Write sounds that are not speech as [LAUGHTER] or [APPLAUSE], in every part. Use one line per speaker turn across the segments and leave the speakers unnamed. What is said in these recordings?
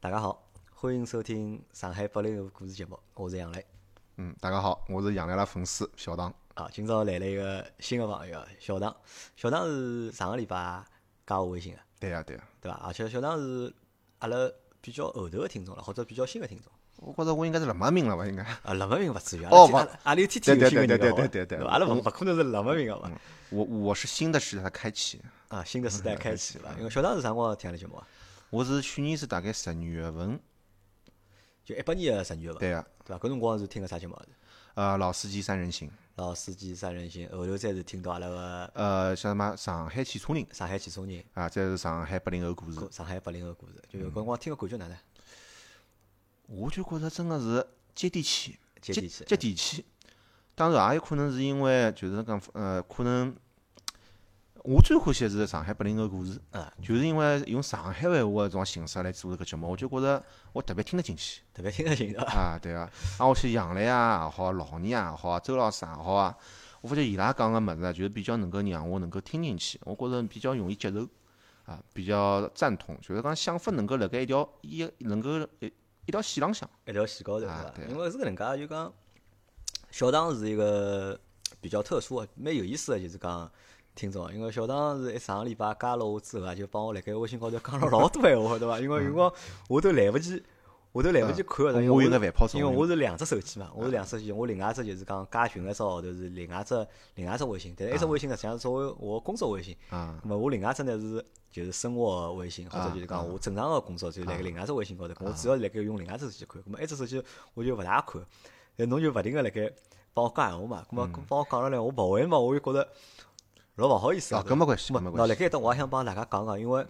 大家好，欢迎收听上海八零后故事节目，我是杨磊
嗯，大家好，我是杨澜澜粉丝小唐。
啊。今朝来了一个新的朋友，小唐。小唐是上个礼拜加我微信的，
对呀、对呀、
对伐？而且小唐是阿拉比较后头的听众了，或者比较新的听众。
我觉着我应该是冷门名了吧？应该。
啊，冷门名勿至于，
哦
阿拉
勿
阿拉有天天有
对
新的人的
对对对
好伐
对对嗯对
伐阿拉勿勿可能是冷门名个嘛。
[LAUGHS] 我我是新的时代的开启，
啊，新的时代开启
嗯
了，因为小唐是啥辰光听阿拉节目啊？
我是去年是大概十二月份，
就一八年个十二月份，
对呀、
对伐？搿辰光是听个啥节目啊？
呃，老司机三人行，
老司机三人行，后头再是听到阿拉个
呃，像什么上海汽车人
上海汽车人。
啊，再是上海八零后故事，
上海八零后故事，
嗯
就有辰光听个感觉哪能？
我就觉着真的是接地气，
接地气
接地气。当然，也有可能是因为就是讲，呃，可能我最欢喜的是上海八零后故事，
啊，
就是因为用上海话的这种形式来做这个节目，我就觉着我特别听得
[LAUGHS]
进去。
特别听得进是伐？
啊，对啊，啊，我去杨澜啊也好，老倪啊也好，周老师也好啊，我发觉伊拉讲个物事啊，就是比较能够让我能够听进去，我觉着比较容易接受，啊，比较赞同，就是讲想法能够辣盖一条一能够一一条线浪向，
一条线高头是
啊
伐？
对啊
因为是搿能介，就讲小唐是一个比较特殊的、蛮有意思的，就是讲听众，因为小唐是一上个礼拜加了我之后啊，就帮我辣盖微信高头讲了老多闲话，对伐？因为有辰光我都来不及。哎我都来不及看了，因
嗯啊哦我
为
有个饭泡
因为
送你
我是两只手机嘛，我是两只手机，我另外一只就是讲加群个只号头是另外一只另外一只微信，但是一只微信呢实际上是作为我工作微信，
啊，
咁么我另外一只呢是就是生活的微信，或者
啊
就是讲我正常个工作就辣盖另外一只微信高头，咁我主要辣盖用另外一只手机看，咁么一只手机我就勿大看，但侬就勿停个辣盖帮我讲闲话嘛，咁
嗯
么帮我讲了呢，我勿会嘛，我就觉着老勿好意思
啊，搿没关系，搿没
那
关
辣
系，
盖搿搭我也想帮大家讲讲，因为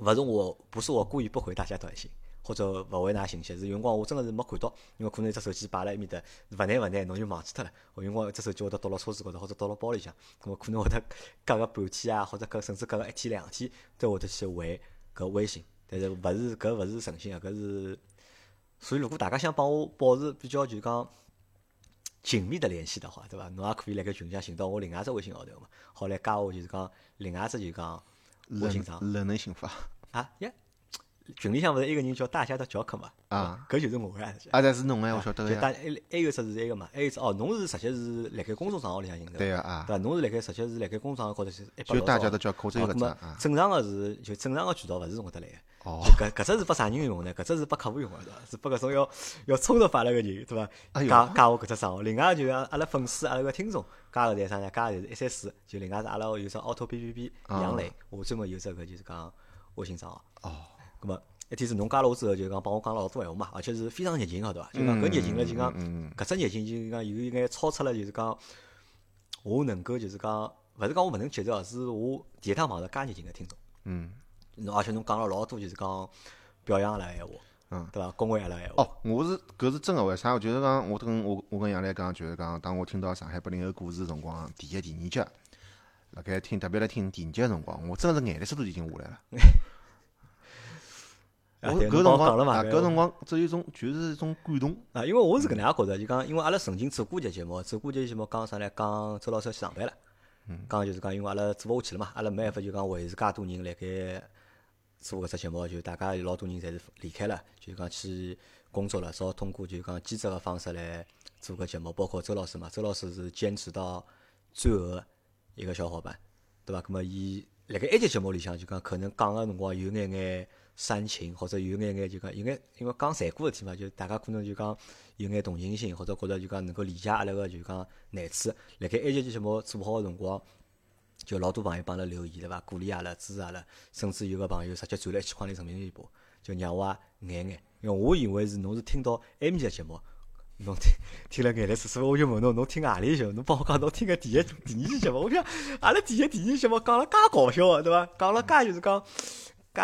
勿是我不是我故意不回大家短信。或者勿回㑚信息，是有辰光我真个是没看到，因为可能一只手机摆辣埃面搭，勿难勿难，侬就忘记脱了。我有辰光一只手机会得倒辣车子高头，或者倒辣包里向，咾么可能会得隔个半天啊，或者隔甚至隔个一天两天，都会得去回搿微信。但是勿是搿勿是诚心个，搿是。所以如果大家想帮我保持比较就是讲紧密的联系的话，对伐？侬也可以辣盖群里向寻到我另外一只微信号头嘛，好来加我就是讲另外一只就是讲微信账
冷冷能幸福啊
啊呀。群里向勿是一个人叫大侠的乔克嘛？
啊，
搿就是我呀。
啊，但是侬哎，我晓得个
就
呀，
大还还有一只是埃个嘛，还有一只哦，侬是实际是辣盖公众账号里向认得，
对
对
呀啊，
伐？侬是辣盖实际是辣盖公众账号高头是一百
就
六
大家都叫口这
啊
个
咁
字
么
啊，
正常个是就正常个渠道勿是从搿搭来个。
哦，
就搿搿只是拨啥人用呢？搿只是拨客户用个，对伐？是拨搿种要要冲着发了个人，对伐？
哎呦
加加我搿只账号，另外就是阿拉粉丝阿拉个听众加个是啥呢？加个就是一三四，就另外是阿拉有只 auto B B B
啊
杨磊，我专门有只搿就是讲微信账号。
哦，
咁么一天是侬加了我之后，就讲帮我讲了老多闲话嘛，而且是非常热情个，对伐？就讲搿热情了，就讲
嗯
搿只热情就讲有一眼超出了，就是讲我能够就是讲，勿是讲我勿能接受，啊是我第一趟碰到介热情个听众。
嗯，
侬而且侬讲了老多就是讲表扬阿拉个闲话，
嗯，
对伐？恭维阿拉个闲话，
哦，我是搿是真个，为啥？就是讲，我跟我我跟杨澜讲，就是讲，当我听到上海八零后故事辰光，第一、第二集，辣盖听，特别辣听第二集辰光，我真的是眼泪水都已经下来了。
[LAUGHS] 啊
我
对
搿
侬帮
辰光
我讲了嘛
啊，
搿
搿
个
辰光只有一种就是一种感动。
啊，因为我是搿能介觉着，就讲因为阿拉曾经做过一节节目，做过一节节目讲啥呢？讲周老师要去上班了，讲就是讲因为阿拉做勿下去了嘛，阿拉没办法就讲维持介多人辣盖做搿只节目，就大家有老多人侪是离开了，就是讲去工作了，只好通过就是讲兼职个方式来做搿节目，包括周老师嘛，周老师是坚持到最后的一个小伙伴，对伐？咁么伊辣盖埃集节目里向就讲可能讲个辰光有眼眼煽情，或者有眼眼就讲有眼因为讲残酷个事体嘛，就大家可能就讲有眼同情心，或者觉着就讲能够理解阿拉个就讲难处。辣盖埃集节目做好个辰光。就老多朋友帮阿拉留言对伐？鼓励阿拉，支持阿拉，甚至有个朋友直接转了一千块钿人民币拨我，就让我也眼眼，因为我以为是侬是听到埃面的节目，侬听听了眼泪水，所以我就问侬，侬听何里节目？侬帮我讲，侬听个第一、第二期节目。我想，阿拉第一、第二期节目讲了介搞笑啊个，对伐？讲了介就是讲，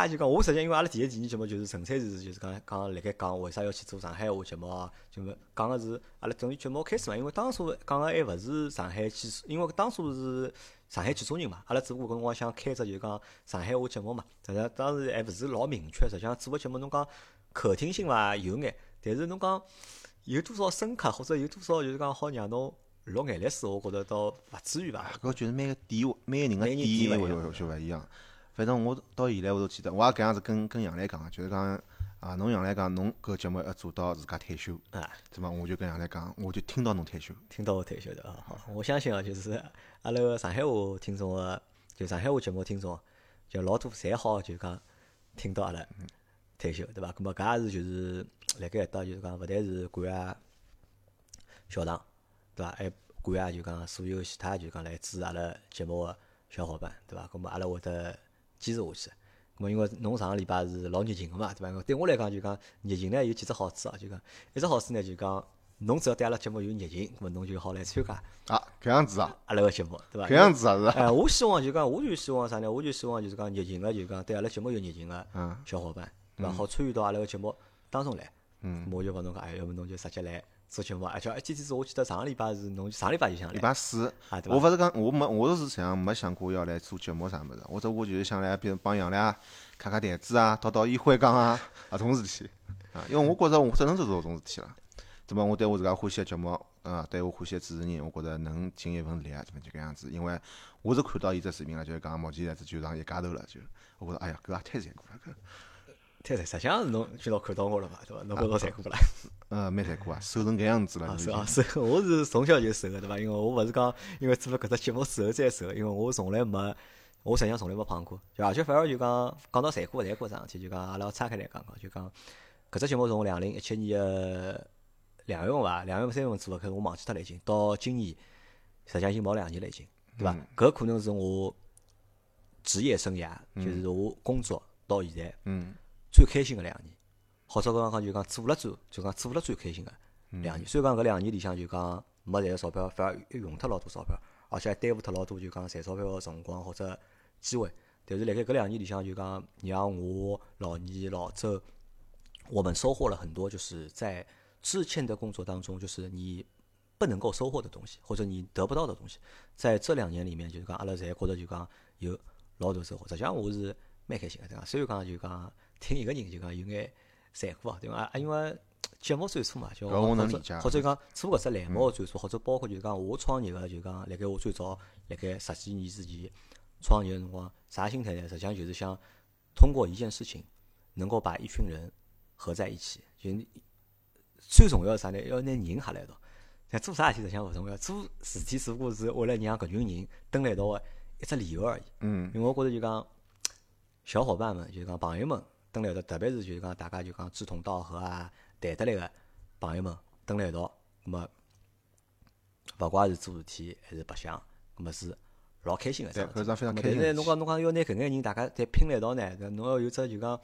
介就讲，我实际上因为阿拉第一、第二期节目就是纯粹是就是讲讲辣盖讲为啥要去做上海话节目啊，就是讲个是阿拉等于节目开始嘛，因为当初讲个还勿是上海汽，因为当初是。上海汽车人嘛，阿拉只不过搿辰光想开只就讲上海话节目嘛，实际上当时还勿是老明确，实际上做个节目侬讲可听性伐有眼，但是侬讲有多少深刻，或者有多少就是讲好让侬落眼泪水，我觉着倒勿至于吧。
搿就是每个点，每个人个
每个人点
点
勿一
会
样
就就勿一样。反正我到现在我都记得，我也搿样子跟跟杨澜讲，就是讲啊，侬杨澜讲侬搿节目要做到自家退休，
啊，
对伐？我就跟杨澜讲，我就听到侬退休，
听到我退休的啊，好，我相信啊，就是 [LAUGHS] 阿拉个上海话听众个，就上海话节目听众，啊就老多侪好，就讲听到阿拉退休，对伐？咁么搿也是就是辣盖搿搭就是讲，勿但是感谢小唐，对伐？还感谢就讲所有其他就讲来支持阿拉节目个小伙伴，对伐？咁啊么阿拉会得坚持下去。咁啊么因为侬上个礼拜是老热情个嘛，对伐？因为对我来讲就讲热情呢有几只好处啊，就讲一只好处呢就讲侬只要对阿拉节目有热情，咁么侬就好来参加
啊，搿样子啊，
阿拉个节目，对伐？
搿样子啊是啊，
哎，我希望就讲，我就希望啥呢？我就希望就是讲热情个，就是讲对阿拉节目有热情个
嗯
小伙伴，对伐？好参与到阿拉个节目当中来。嗯，我就帮侬讲，哎，要么侬就直接来做节目，而且哎，天天是我记得上个礼拜是侬上个礼拜就想
礼
来，
拜四
啊，对
我
伐？
勿是讲我没，我是实际上没想过要来做节目啥物事，我只不过就是想来，比如帮杨澜啊侃侃谈资啊，讨讨烟灰缸啊， [LAUGHS] 搿种事体啊，因为我觉着我只能做搿种事体了。怎么我对我自家欢喜个节目啊，对我欢喜个主持人，我觉着能尽一份力啊，怎么就搿样子？因为我是看到伊只水平了，就是讲目前来只就上一家头了，就我觉着哎呀，搿也太残酷了，
太
搿
实际上是侬今朝看到我了嘛，对伐？侬觉着残酷不啦？
呃蛮残酷啊，瘦成搿样子了，
啊，
侬
是
就
啊，是， [LAUGHS] 我是从小就瘦个，对伐？因为我勿是讲因为做了搿只节目瘦再瘦，因为我从来没，我实际上从来没胖过，就而且反而就讲讲到残酷勿残酷桩事体，就讲阿拉岔开来讲讲，就讲搿只节目从两零一七年个两月份伐，两月份三月份做的，开始我忘记脱了已经，到今年实际上已经毛两年了已经，对
嗯
伐？搿可能是我职业生涯，就是我工作到现在
嗯
最开心个两年，或者讲讲就讲做了最就讲做了最开心个两年。虽然讲搿两年里向就讲没赚钞票，反而又用脱老多钞票，而且还耽误脱老多就讲赚钞票个辰光或者机会。但是辣盖搿两年里向就讲让我老年老周，我们收获了很多，就是在之前的工作当中，就是你不能够收获的东西，或者你得不到的东西，在这两年里面，就是讲阿拉侪觉得就讲有老大收获。实际上我是蛮开心个，对伐？虽然讲就讲听一个人就讲有眼残酷啊，对伐？啊因为节目最初嘛，就
搿我
或
能
者
理解
或者讲做搿只栏目个最初，或者包括就是讲我创业个，就讲辣盖我最早辣盖十几年之前创业个辰光，啥心态呢？实际上就是想通过一件事情，能够把一群人合在一起。就你最重要的是啥呢？要拿人合辣一道。像做啥事体实际上勿重要，做事体只不过是为了让搿群人蹲辣一道个一只理由而已。
嗯，
因为我觉着就讲小伙伴们，就是讲朋友们蹲辣一道，特别是就是讲大家就讲志同道合啊，谈得来个朋友们蹲辣一道，那么勿怪是做事体还是白相，那么是老开心个一桩事
对，
体。
搿是桩非常
咁
开
但
心
是
的
呢，
事
侬
体。
讲侬讲要拿搿眼人大家再拼辣一道呢，搿侬要有只就讲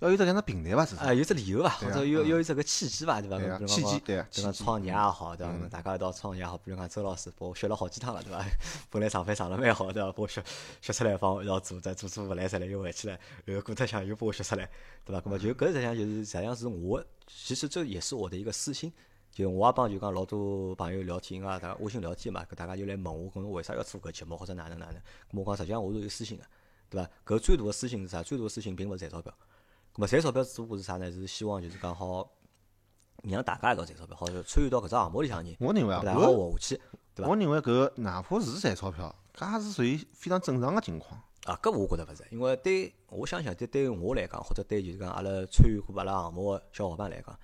要有得两个平台伐？至少
啊有只理由伐，或
对啊
者要要有只个契机伐，对伐？
对啊
比如
契
讲
机对啊
就讲
契机嗯
创业也好，对伐？大家一道创业也好，比如讲周老师拨我学了好几趟了，对伐？ [LAUGHS] 本来上班上了蛮好，对伐？拨我学学出来，帮我一道做，再做做勿来，再来又回去了，然后过脱想又拨我学出来，对伐？那么
嗯
就搿实际上就是实际上是我，其实这也是我的一个私心。就我也帮就讲老多朋友聊天啊，大家微信聊天嘛，搿大家就来问我，搿侬为啥要做搿节目或者哪能哪能？咁我讲实际上我是有私心个，对伐？搿最大个私心是啥？最大个私心并勿是赚钞票，咁么赚钞票只不过是啥呢？是希望就是讲好让大家一道赚钞票，好参与到搿只项目里向的人，
我认为啊，
大家
搿
好活下去，对伐？
我认为搿个哪怕是赚钞票，搿也是属于非常正常个情况。
啊，搿我觉得勿是，因为对我想想，对对我来讲，或者对就是讲阿拉参与过阿拉项目个小伙伴来讲，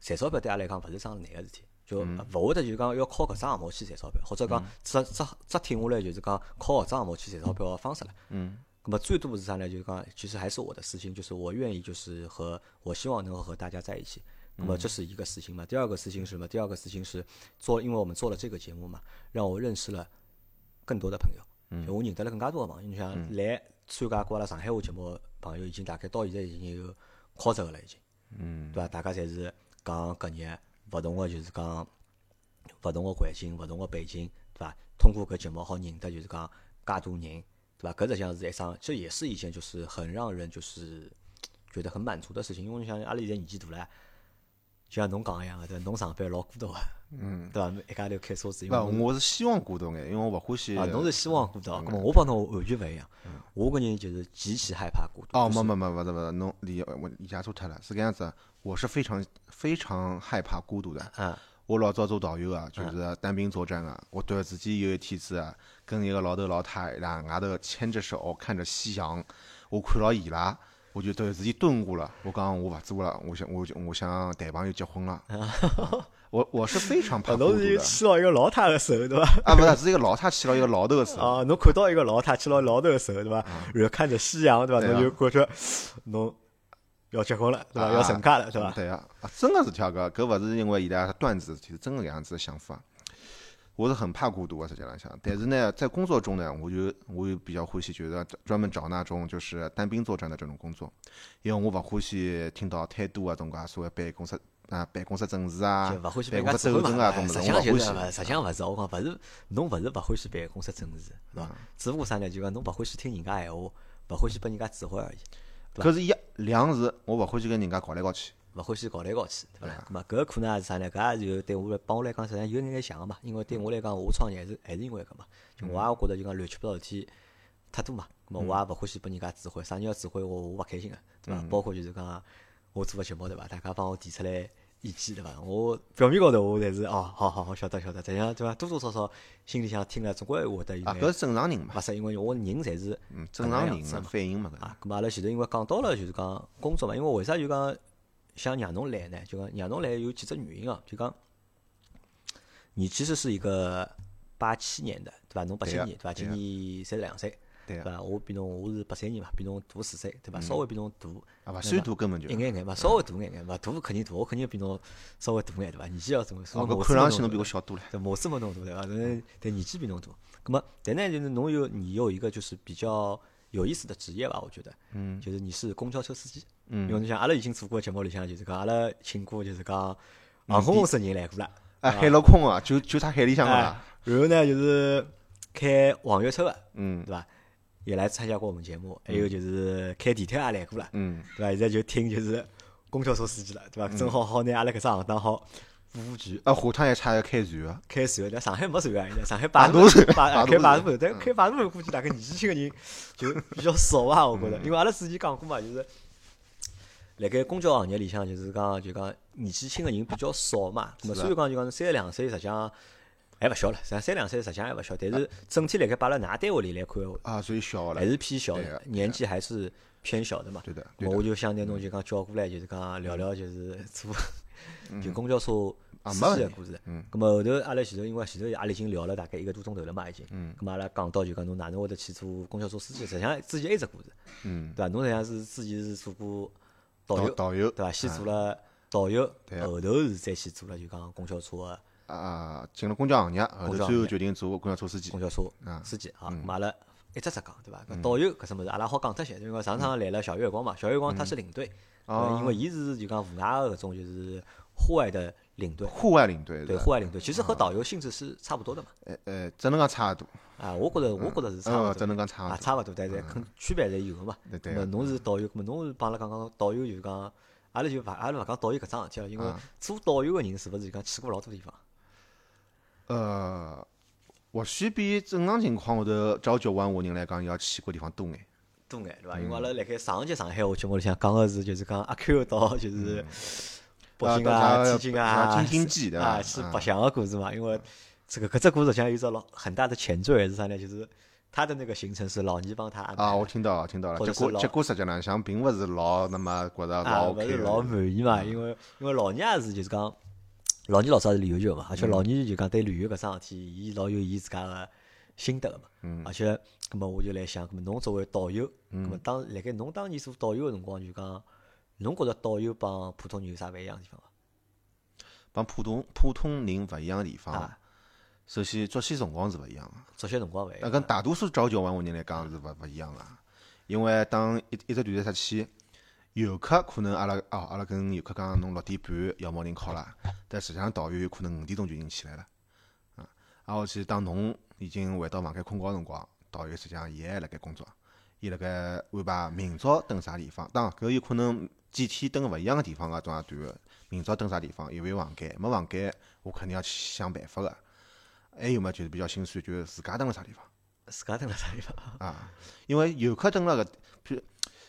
赚钞票对阿拉来讲勿是桩难个事体，就勿会得就是讲要靠搿只项目去赚钞票，或者讲只只只停下来就是讲靠搿只项目去赚钞票个方式了。
嗯，
那么最多是啥呢？就是讲，其实还是我的私心，就是我愿意，就是和我希望能够和大家在一起。那么这是一个私心嘛。第二个私心是什么？第二个私心是做，因为我们做了这个节目嘛，让我认识了更多的朋友，就我认得了更加多的朋友。你想来参加过阿拉上海话节目的朋友，已经大概到现在已经有靠十个了，已经。
嗯，
对伐？大家侪是讲搿眼勿同个，就是讲勿同个环境、勿同个背景，对伐？通过搿节目好认得，就是讲介多人，对伐？搿实际上是一桩，这也是一件就是很让人就是觉得很满足的事情。因为你想，阿拉现在年纪大了，就像侬讲一样个，对伐？侬上班老孤独个，嗯，对伐？一家头开车子，因为
勿，我是希望过动眼，因为我勿欢喜。
啊，侬是希望孤独，搿么我帮侬完全勿一样。我个人就是极其害怕孤独。
哦，
就是
没没没，勿是勿是，侬理我理解错脱了，是搿样子。我是非常非常害怕孤独的。
啊，
我老早做导游啊，就是单兵作战啊。我突然之间有一天子啊，跟一个老头老太伊拉外头牵着手看着夕阳，我看牢伊拉，我就突然之间顿悟了，我讲我勿做了，我想我就我想谈朋友结婚了。啊我我是非常怕
啊
孤
侬
独
是
的
牵牢一个老太的手对伐？
啊，勿是是一个老太牵牢一个老头的手，
啊，侬看到一个老太牵牢老头的手对伐？然后看着夕阳嗯对伐？
对啊
侬就感觉侬要结婚了对伐？
啊
要成家了对伐？
对啊，啊真个是跳个，搿勿是因为伊拉段子，其实真个搿样子的想法。我是很怕孤独啊，实际上想，但是呢，在工作中呢，我就我又比较欢喜，觉得专门找那种就是单兵作战的这种工作，因为我勿欢喜听到太多啊，种介所谓办公室啊、办公室政治啊
就勿欢喜、办
办
公室
公室
政
斗
治
争
嘛哎
啊，种物
实
事，
际上就
我勿欢
是
喜。
勿，实际上勿是，我讲勿是，侬勿是勿欢喜办公室政治，对嗯伐？只不过啥呢？就讲侬勿欢喜听人家闲话，勿欢喜拨人家指挥而已，
搿是一两是，我勿欢喜跟人家搞来搞去。
勿欢喜搞来搞去，
啊
对伐？咾么搿可能也是啥呢？搿也就对我来帮我来讲，实际上有眼眼像个嘛。因为对我来讲，我创业还是还是因为搿嘛，就
嗯
我也觉得就讲乱七八糟事体太多嘛。咾么我也勿欢喜拨人家指挥，啥人要指挥我，我勿开心个，对
嗯
伐？包括就是讲我做个节目对伐？大家帮我提出来。意见对伐？我表面高头我侪是哦，好好好，晓得晓得，实际上对伐？多多少少心里向听了，总归会得有
啊，
眼
搿是正常人嘛，
勿适，因为我人侪是
嗯，正常人
搿能样子
嘛，
嘛
反应嘛搿。
啊，咁阿拉前头因为讲到了就是讲工作嘛，因为为啥就讲想让侬来呢？就讲让侬来有几只原因啊，就讲你其实是一个八七年的，对伐？侬八七
对呀
年对伐？
对
今
呀
年三十两岁，
对啊
对
呀
伐？我比侬我是八三年嘛，比侬大四岁，对伐？稍微比侬大
啊，勿算多根本就嗯
一。眼眼嘛，稍微大眼眼嘛，大肯定大，我肯定比侬稍微大眼对伐？年纪要怎么
哦，
说？
搿
我
看
是没
上去
侬
侬比
大
我小多了。
对，模式没侬大对伐？但但年纪比侬大。那么，但呢，就是侬有你有一个就是比较有意思的职业吧，我觉得，嗯，就是你是公交车司机，嗯，因为侬想，阿拉已经做过节目里向，就是讲阿拉请过就是讲航空公司人来过了，
啊，海陆空啊，就就他海里向
哎
啊。
然后呢就是开网约车的，
嗯
对伐？也来参加过我们节目，还有就是开地铁也来过了，
嗯，
对伐？现在就听就是公交车司机了，对伐？正好好拿阿拉搿只行当好布布局。
啊，下趟还差要开船啊。
开船，那上海没船啊，现在上海
摆
摆
渡船
摆
摆
开
渡
摆
船
渡船，但开摆渡船估计大概年轻个人就 [LAUGHS] 比较少啊，我觉着，因为阿拉之前讲过嘛，就是辣盖公交行业里向，就是讲就讲年纪轻个人比较少嘛，咁么
是
所以讲就讲三十两岁实际上还勿小了，实际上三十两岁实际上还勿小，但是整体辣盖摆辣㑚单位里来看，
啊，所以小
还
了。
是偏小
对
的
的，
年纪还是偏小的嘛。
对的
咾
对的嗯
我就想拿侬就讲叫过来，就是讲啊聊聊，就是做 [LAUGHS] 就公交车
嗯啊
司
没问
机的
题
故事。嗯。咁么后头阿拉前头因为前头阿拉已经聊了大概一个多钟头了嘛，已经。嗯。咁么阿拉讲到就讲侬哪能会得去做公交车司机？实际上之前还有一只故事，
嗯，
对伐？侬实际上是之前是做过导
导
游，
导游
对伐？先做了导游，
对啊
后头是再去做了就讲公交车的
啊，进了公交行业，后
公
头
交
最
行
后
业
决定做公交车司机
公。交车司机啊，
嗯
咁阿拉一只只讲对伐？搿导游搿什物事阿拉好讲脱些，因为上趟来了小月光嘛，小月光他
嗯
是领队，
哦
呃因为伊是就讲户外的搿种就是户外的领队，
户外嗯领队是
对
吧，
户外领队，其实和导游性质是差不多的嘛。
呃呃，只能讲差勿多，
啊，我觉着我觉着是差
嗯，
勿
只
多，
能讲差
啊
勿多。
差勿多，但是肯区别侪有个嘛。
嗯对对
咾么
啊嗯
侬是导游，咾么侬是帮阿拉讲讲导游就是讲，阿拉就勿阿拉勿讲导游搿桩事体了，因
啊
为做导游个人是勿是就讲去过老多地方？
呃，或许比正常情况下头朝九晚五人来讲，要去过地方多眼。
多眼对伐？因为阿拉辣盖上一节上海话节目里向讲个是，就是讲阿 Q 到就是北京
啊
啊、
到
天津啊、
京津冀对吧嗯
啊，是白相个故事嘛。因为这个搿只故事实际上有只老很大的前缀是啥呢？就是他的那个行程是老倪帮他安排
啊，
的
我听到了，听到了。
或
结
者是
果
老
结果实际上向并勿是老那么觉着
啊，
老嗯
勿
OK
是
的。
老满意嘛，因为因为老倪也是就是讲，老倪老早也是旅游球嘛，而
嗯
且老倪就讲对旅游搿桩事体，伊老有伊自家个心得个嘛。
嗯
而且，葛么我就来想，葛么侬作为导游，葛么当辣盖侬当年做导游个辰光，就讲，侬觉着导游帮普通人有啥勿一样个地方伐？
帮普通普通人勿一样个地方
啊，
首先作息辰光是勿一样个。
作息辰光勿一
那
样。
跟大多数朝九晚五人来讲是勿勿一样个，因为当一一只团队出去，游客可能阿拉哦阿拉跟游客讲侬六点半要么人靠了，但实际上导游有可能五点钟就已经起来了，啊，挨下去当侬已经回到房间困觉的辰光，导游实际上伊还辣盖工作，伊辣盖安排明朝登啥地方，当然搿有可能几天登勿一样个地方啊个中央团，明朝登啥地方有没有房间，没房间我肯定要去想办法个。还有嘛，就是比较心酸，就是自家登了啥地方。
自家蹲辣啥地方？ [LAUGHS]
啊，因为游客等了个，譬如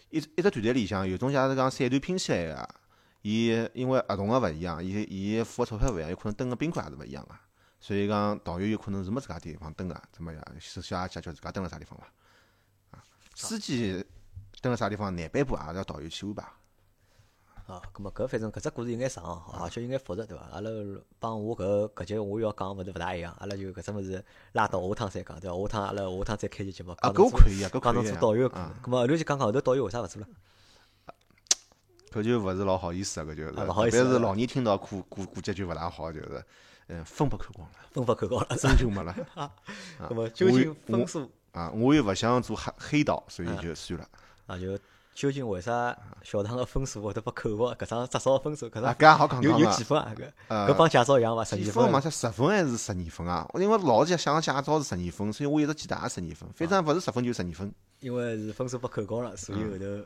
一一只团队里向，有种像是讲散团拼起来个，伊因为合同个勿一样，伊伊付个钞票勿一样，有可能蹲个宾馆也是勿一样个，所以讲导游有可能是没自家地方蹲个，怎么样？首先也解决自家蹲了啥地方伐？啊，司机蹲辣啥地方，南北部也是要导游去安排。
啊，咁么搿反正搿只故事有眼长哦，而且有眼复杂，对伐？阿拉帮我搿搿节我要讲物事勿大一样，阿拉就搿只物事拉到下趟再讲，对伐？下趟阿拉下趟再开期节目。
啊，
讲
搿
侬
我
做
可以啊，搿
讲
可
侬
以
做
啊
导游，
啊，
咁么后头就讲讲后头导游为啥勿做了？
搿就勿是老好意思啊，搿就是，
啊
特
勿好
别
意思
是
啊
老年听到估估估计就勿大好，就是，嗯，分拨看光了，
分发看高了。
真就没了
咁么究竟分数
啊！我又勿想做黑黑道，所以就算了。
啊，就究竟为啥小唐个分数会得被扣伐？搿张执照分数，搿
啊，
张
搿也好讲
有
讲
有
嘛
几分啊？搿
呃
搿帮驾照一样伐？十啊
几
二
分嘛？
分。
才十分还是十二分啊？因为老是想想驾照是十二分，所以我一直记得也是十二
啊
分，反正勿是十分就是十二分。
因为是分数被扣高了，所以后头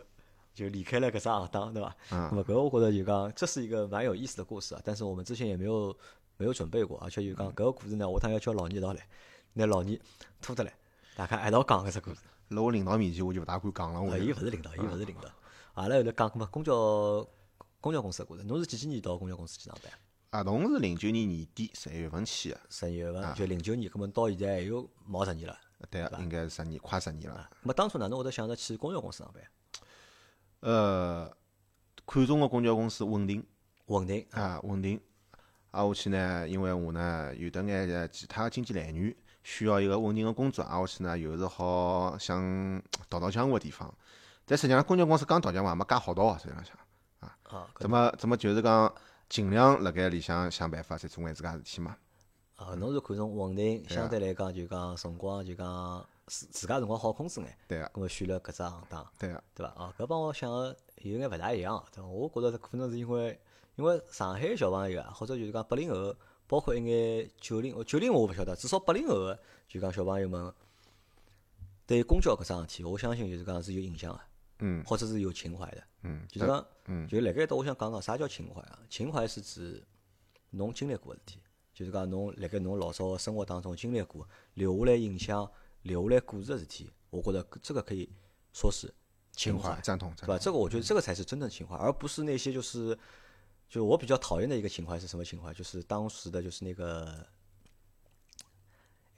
就离开了搿只行当，对伐？
嗯
那么搿个我觉着就讲，这是一个蛮有意思的故事啊，但是我们之前也没有没有准备过，而且就讲搿个故事呢，下趟要叫老倪一道来，拿老倪拖得来，大家一道讲搿只故事。
辣我领导面前我就勿大敢讲了，我
呃，
就
伊勿是领导，伊勿是领导。阿拉后头讲过嘛，公交公交公司的故事，侬是几几年到公交公司去上班啊？
合同是零九年年底十一月份签的，
十一月份，就零九年，搿么到现在也有毛十年了。
对啊，应该是十年，快十年了。
搿么当初哪能会得想着去公交公司上班？
呃，看中个公交公司稳定
稳定
啊，稳定。啊挨下去呢，因为我呢有得眼呃其他经济来源，需要一个稳定个工作。啊挨下去呢，又是好想逃逃江湖个地方。但实际上，公交公司讲逃江湖也没介好逃啊，实际上想。
啊，搿
怎么怎么就是讲尽量辣盖里向想办法再做眼自家事体嘛。
啊，侬是看重稳定，相对啊来讲就讲辰光就讲自自家辰光好控制眼，
对啊，
搿么选了搿只行当。
对啊，
对伐？啊，搿帮我想个有眼勿大一样，对伐？我觉着可能是因为，因为上海小朋友啊，或者就是讲八零后，包括一眼九零，哦九零我勿晓得，至少八零后个就讲小朋友们对公交搿桩事体，我相信就是讲是有印象个，
嗯
或者是有情怀的。
嗯，
就是讲，
嗯
就辣盖搭，我想讲讲啥叫情怀啊？情怀是指侬经历过个事体，就是讲侬辣盖侬老早个生活当中经历过，留下来印象、留下来故事个事体，我觉着这个可以说是情怀。
赞同赞
对
同
吧？。这个我觉得这个才是真正情怀，而不是那些就是，就我比较讨厌的一个情怀是什么情怀？就是当时的就是那个，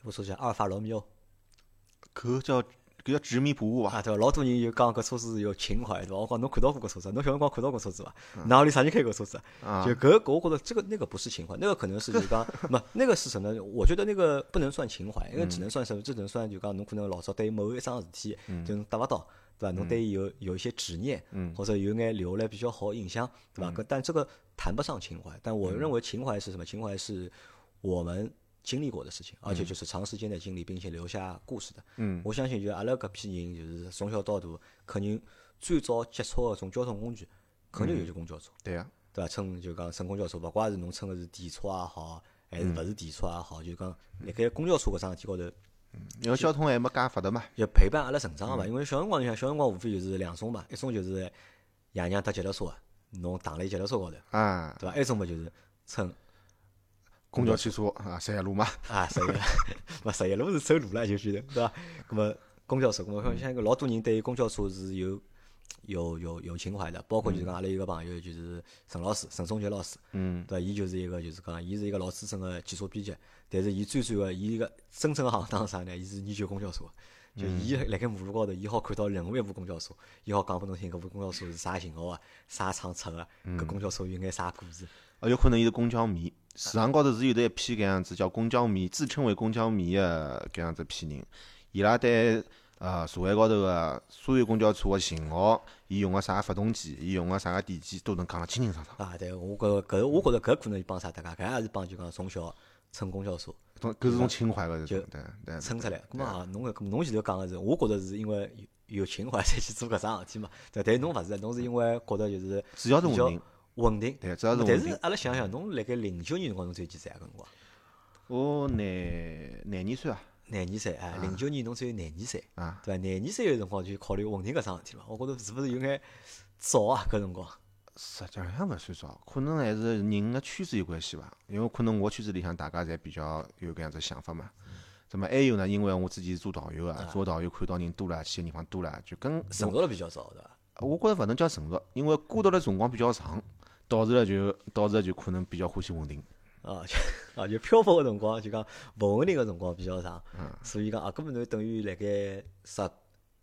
我说叫阿尔法罗密欧
搿叫搿叫执迷不悟伐？
啊，对吧？老多人就讲搿车子有情怀，对吧？我讲侬看到过搿车子，啊侬小辰光看到过车子伐？哪里啥人开过车子？
啊
就搿个我觉得这个那个不是情怀，那个可能是就讲，没那个是什么呢？我觉得那个不能算情怀，那个只能算什么？只能算就讲侬可能老早对某一桩事体，就侬达勿到，对伐？侬对伊有有一些执念，或者有眼留下来比较好的印象，对伐？搿但这个谈不上情怀，但我认为情怀是什么？情怀是我们经历过的事情，而且就是长时间的经历，并且留下故事的。
嗯，
我相信就是阿拉搿批人，就是从小到大，肯定最早接触的种交通工具，肯定就是公交车。
对啊，
对伐？乘就讲乘公交车，勿怪是侬乘个是电车也好，还是勿是电车也好，就讲辣盖公交车搿桩事体高头，
因为交通还没介发达嘛。
就陪伴阿拉成长个嘛。因为小辰光，你想小辰光无非就是两种嘛，一种就是爷娘搭脚踏车的，侬躺辣伊脚踏车高头，
啊，
对伐？还有一种嘛就是乘
公交汽车啊，三路嘛，
啊，十一路，勿十一路是走路了，就是对伐？咁么公交车，我像一个老多人对于公交车是有有有有情怀的，包括就是讲阿拉有个朋友就是陈老师，陈松杰老师，
嗯，
对伐？伊就是一个就是讲，伊是一个老资深个汽车编辑，但是伊最最个伊一个真正个行当是啥呢？伊是研究公交车的，就伊辣盖马路高头，伊好看到任何一部公交车，伊好讲拨侬听搿部公交车是啥型号啊，啥厂出个，搿公交车有眼啥故事。
啊，有可能伊是公交迷。市场高头是有得一批搿样子叫公交迷，自称为公交迷的搿样子批人，伊拉对呃社会高头个所有公交车个型号，伊用个啥发动机，伊用个啥个电机，都能讲得清清爽爽。
啊，对，我觉着搿，我觉着搿可能是帮啥大家，搿也是帮就讲从小乘公交车
种搿是种情怀个，
就
对嗯对。
乘出来。咾么啊，侬搿侬前头讲个是，我觉着是因为有有情怀才去做搿桩事体嘛。对，但侬勿是，啊侬是因为觉着就是
主要是
比
稳
较
定，
稳定。
对，主要是
但
稳
是
定。
阿拉想想，侬辣盖零九年辰光，侬只有几岁啊？搿辰光
我哦廿廿二岁啊，
廿二岁啊，零九年侬只有廿二岁
啊，
对伐？廿二岁个辰光就考虑稳定搿桩事体了，我觉着是勿是有眼早啊？搿辰光
实际上勿算少，可能还是人个圈子有关系伐。因为可能我圈子里向大家侪比较有搿样子想法嘛。那么还有呢，因为我自己是做导游啊，做导游看到人多了，去个地方多了，就跟
成熟了比较早，对伐？
我觉着勿能叫成熟，因为过到了辰光比较长，导致了就导致了就可能比较欢喜稳定。
啊，就啊，就漂泊个辰光，
嗯
就讲勿稳定个辰光比较长，所以讲啊，根本就等于辣盖十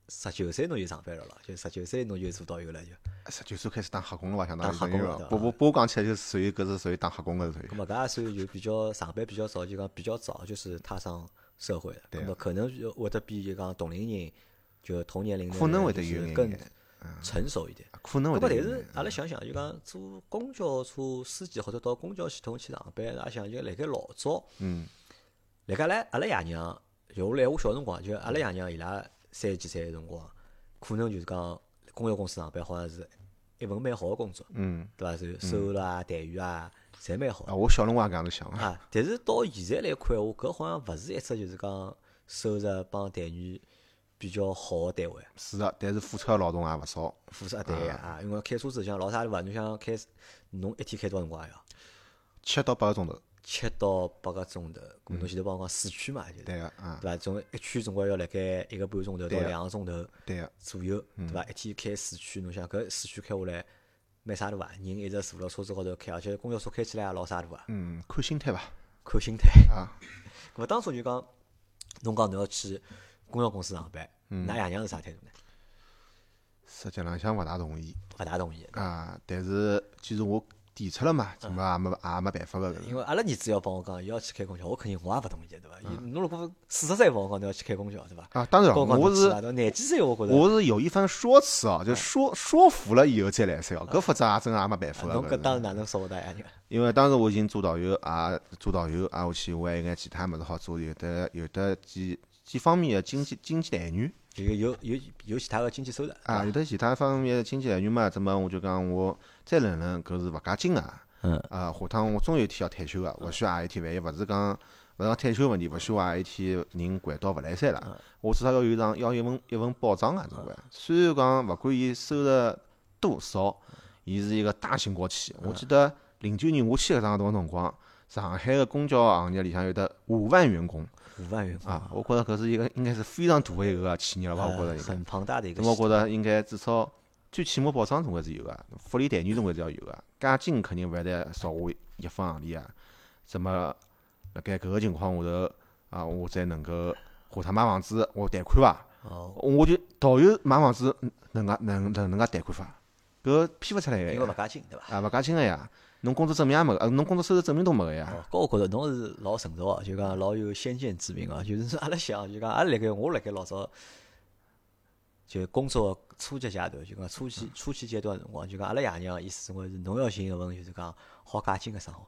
十九岁侬就上班了咯，就十九岁侬就做导游了就。
十九岁开始打黑工了伐？相当于
打黑
等于
工了
了
对
不不不讲起来就是属于搿是属于打黑工个属于
咁。么搿也算就比较上班比较早，就讲比较早就是踏上社会了。
对啊
咁么可能就会得比就讲同龄人就同年龄的
可能
人
会得
就是
有眼
更
眼
成熟一点。
嗯可能
咁
会
么
得
但
有
是
眼
阿拉想想，就讲做公交车司机或者到公交系统去上班，也想就辣盖老早，
嗯，
辣盖阿拉阿拉爷娘，就我来我小辰光，就阿拉爷娘伊拉三十几岁个辰光，可能就是讲公交公司上班好像是一份蛮好个工作，
嗯
对伐？就收入啊、待遇啊，侪蛮好。
啊，我小辰光也搿样子想啊，
啊，但是到现在来看，我搿好像勿是一只就是讲收入帮待遇比较好个单位，
是的，但是付出的劳动也勿少。
付出也对个啊，因为开车子像老啥对伐？侬想开，侬一天开多少辰光呀？
七到八个钟头，
七到八个钟头，咾侬前头帮我讲市区嘛，就是对
对个啊，
伐？总一圈总归要辣盖一个半钟头到
对啊嗯
两个钟头
对个，
左右，对伐？一天开市区，侬想搿市区开下来蛮啥大啊？人一直坐辣车子高头开，而且公交车开起来也老啥大啊？
嗯，看心态吧，
看心态。 [LAUGHS]
啊，
咁么当初就讲，侬讲侬要去公交公司上班，
嗯
㑚爷娘是啥态度呢？
实际浪向勿大同意
勿大同意，
啊，但是既然我提出了嘛，怎么也没也没办法个，
因为阿拉儿子要帮我讲，伊要去开公交，我肯定我也勿同意，对伐？伊侬如果四十岁帮我讲侬要去开公交，对伐？
嗯啊，当然
高光
我
侬去
是
啊到廿几岁，我觉着
我是有一番说辞啊，
嗯
就说说服了以后再来塞哦，搿复杂也真也没办法
啊侬
了
搿
搿是。
当时哪能说服㑚爷娘？
因为当时我已经做导游啊，做导游啊，我去我还有眼其他物事好做，有的有的几几方面的经济经济来源
就有有有有其他个经济收入
啊，有的其他方面的经济来源嘛，怎么我就讲我再忍忍，搿是勿加劲啊。
嗯
啊，下趟我总有一天要退休个，或许啊一天万一勿是讲勿是讲退休问题，或许啊一天人掼到勿来三了，我至少要有一张要有一份一份保障啊，总归。虽然讲勿管伊收入多少，伊是一个大兴国企。我记得零九年我去搿趟个辰光，上海个公交行业里向有得五万员工
五万元
啊，我觉着搿是一个应该是非常大个一个企业了吧，我觉着
呃
应该。
很庞大的一个
咁我
系
觉着应该至少最起码保障总归是有个，福利待遇总归是要有个，加薪肯定勿会得少我一分行钿啊。怎么辣盖搿个情况下头啊，我才能够下趟买房子我贷款伐？
统哦，
我就导游买房子能介能能能介贷款伐？搿批勿出来个
因为勿
呀，
加劲，对伐？
啊勿加薪个呀，侬工作证明也没个，呃侬工作收入证明都没个呀。
哦，搿我觉着侬是老成熟啊，就讲老有先见之明啊。就是说阿拉想，就讲阿拉辣盖我辣盖老早，就工作初级阶段，就讲初期初期阶段的辰光，就讲阿拉爷娘意思总归是侬要寻一份就是讲好嫁金个生活。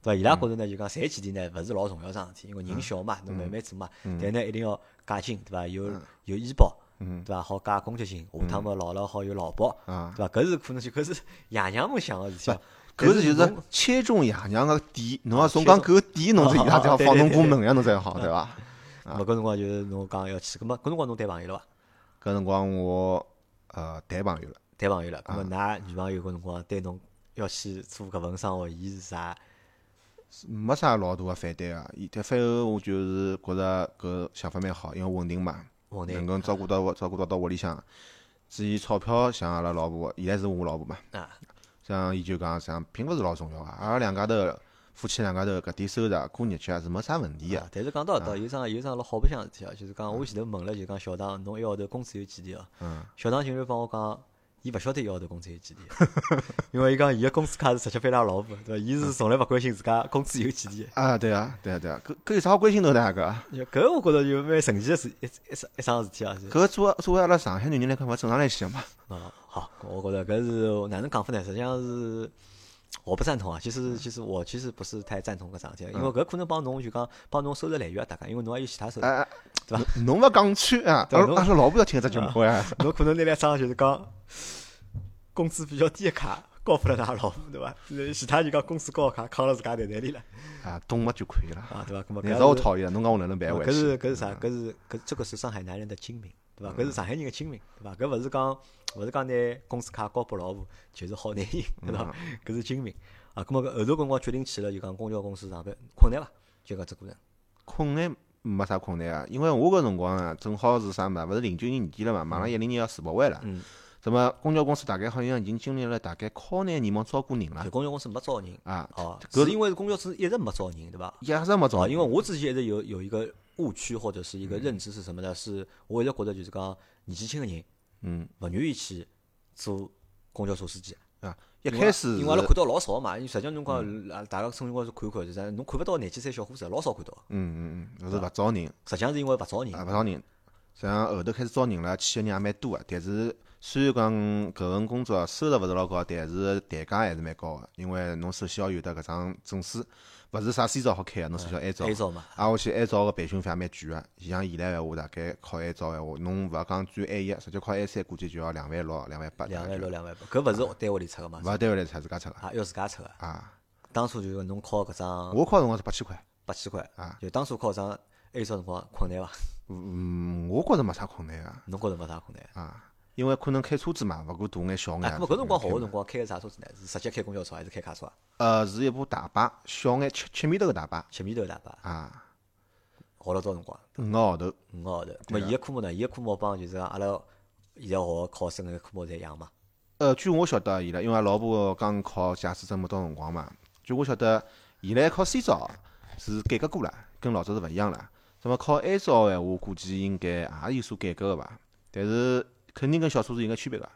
对伐？伊拉觉着呢，就讲赚几钿呢，勿是老重要桩事体，因为人小嘛，侬慢慢做嘛。但呢，一定要嫁金，对伐？有有医保，对伐？好嫁公积金，下趟么老了好有劳保，
啊
对伐？搿是可能就搿是 [LAUGHS] 爷娘们想个事体啊。
搿是就
但
是
侬啊
切中爷娘个点，侬要总
切
讲
中
搿点，侬是伊拉才要
哦 [LAUGHS] 对
放
对
侬
对
过
对
门呀，侬才好对伐？
啊
啊
咁么搿辰光就是侬讲要去，咁么搿辰光侬谈朋友了伐？
搿辰光我呃谈朋友了，
谈朋友了，咁么
啊
㑚女朋友搿辰光对侬要去做搿份生活，伊是啥？
是没啥老大个反对啊。伊但反而我就是觉着搿想法蛮好，因为稳定嘛，
稳定
能够照顾到我，照顾到到屋里向。至于钞票，像阿拉老婆，现在是我老婆嘛，
啊，
像伊就讲，像并勿是老重要啊。阿拉两家头夫妻两家头搿点收入啊过日脚是没啥问题个
啊。但是讲到搿搭，有桩有桩老好白相的事体啊，就是讲我前头问了，就讲小唐侬一个号头工资有几钿啊？
嗯，
小唐竟然帮我讲，伊勿晓得一个号头工资有几钿，哦 [LAUGHS] 因为伊讲伊个工资卡是直接翻他老婆，对伐？伊是从来勿关心自家工资有几钿的。
啊，对啊，对啊，对啊，搿搿有啥好关心头的啊？搿
搿我觉着就蛮神奇的事，一一桩一桩事体啊，是。
搿作为作为阿拉上海女人来看，勿正常来些嘛？
啊，好，我觉得搿是哪能讲法呢？实际上是我不赞同啊。其
嗯
实，其实我其实不是太赞同搿桩事体，因为搿可能帮侬就讲帮侬收入来源也搭界，因为侬还有其他收入，
哎，
对
伐？侬勿讲穿啊，
对
阿
吧
拉阿拉老婆要听这节目啊呀。
侬可能拿来张就是讲工资比较低的卡 [LAUGHS] 交付了㑚老婆，对伐？呃其他就讲工资高的卡扛了自家袋袋里了
啊，懂么就可以了。
啊，对伐？搿么
难道我
搿是
讨厌？侬讲我哪嗯能办回
搿
去？
是搿是啥？搿是搿这个是上海男人的精明，对
嗯
伐？搿是上海人的精明，对伐？搿勿是讲勿是讲拿工资卡交拨老婆就是好男人，对伐？
嗯
[LAUGHS] 搿是精明啊。咁么搿后头辰光决定去了，就讲公交公司上班困难伐？就搿只过程
困难没啥困难啊，因为我搿辰光啊，正好是啥嘛，勿是零九年年底了嘛，马上一零年要世博会了。
嗯。
那么公交公司大概好像已经经历了大概靠廿年没招过人了
就公交公司没招人
啊，
哦，
搿嗯
是因为公交公司一直没招人，对伐？
一直没招
哦，
人。
因为我之前一直有有一个误区或者是一个认知是什么呢？是我一直觉得就是讲年纪轻个人，嗯，勿愿意去做公交车司机。
啊，一
因
开
为
始嗯
因为阿拉
是
看到老少嘛，因为实际上侬讲啊大家从辰光是看看，就是侬看勿到廿几岁小伙子，老少看到。
嗯嗯嗯，是勿招人，
实际上是因为勿招人，
啊勿招人。实际上后头开始招人了，去个人也蛮多个，啊但是虽然讲搿份工作收入勿是老高，但是代价还是蛮高个，因为侬首先要有得搿张证书，勿是啥先兆好开
嗯
啊个，侬首先要按照。啊
按照嘛，
挨下去安照个培训费也蛮贵个，像现在闲话，大概考安照闲话，侬勿要讲转 A 一，直接考 A 三，估计就要两万六、两万八。
两
大概
万
就
六、两万八，搿勿是单位里出个嘛，
勿要单位来出自家出个
啊，要自家出个。
啊！
当初就是侬考搿张
我考辰光是八千块，
八千块
啊，
就当初考搿张 A 照辰光困难伐？
嗯，我觉着没啥困难个
侬觉着没啥困难？
啊，因为可能开车子嘛，勿管大眼小眼
哎，
啊。
搿么搿辰光好
开
个
嘛
辰光开个啥车子呢？是直接开公交车还是开卡车啊？
呃，是一部大巴，小眼七七米头个大巴
七米头大巴，
啊，
学了多少辰光？
五个号头
五个号头。咾么
啊
伊个科目呢？伊个科目帮就是讲阿拉现在学个考生个科目侪一样嘛？
呃，据我晓得，伊拉因为阿拉老婆刚考驾驶证没到辰光嘛，据我晓得，现在考 C 照是改革过了，跟老早是勿一样了。那么考 A 照个闲话，估计应该也有所改革个吧，但是肯定跟小车子有眼区别个。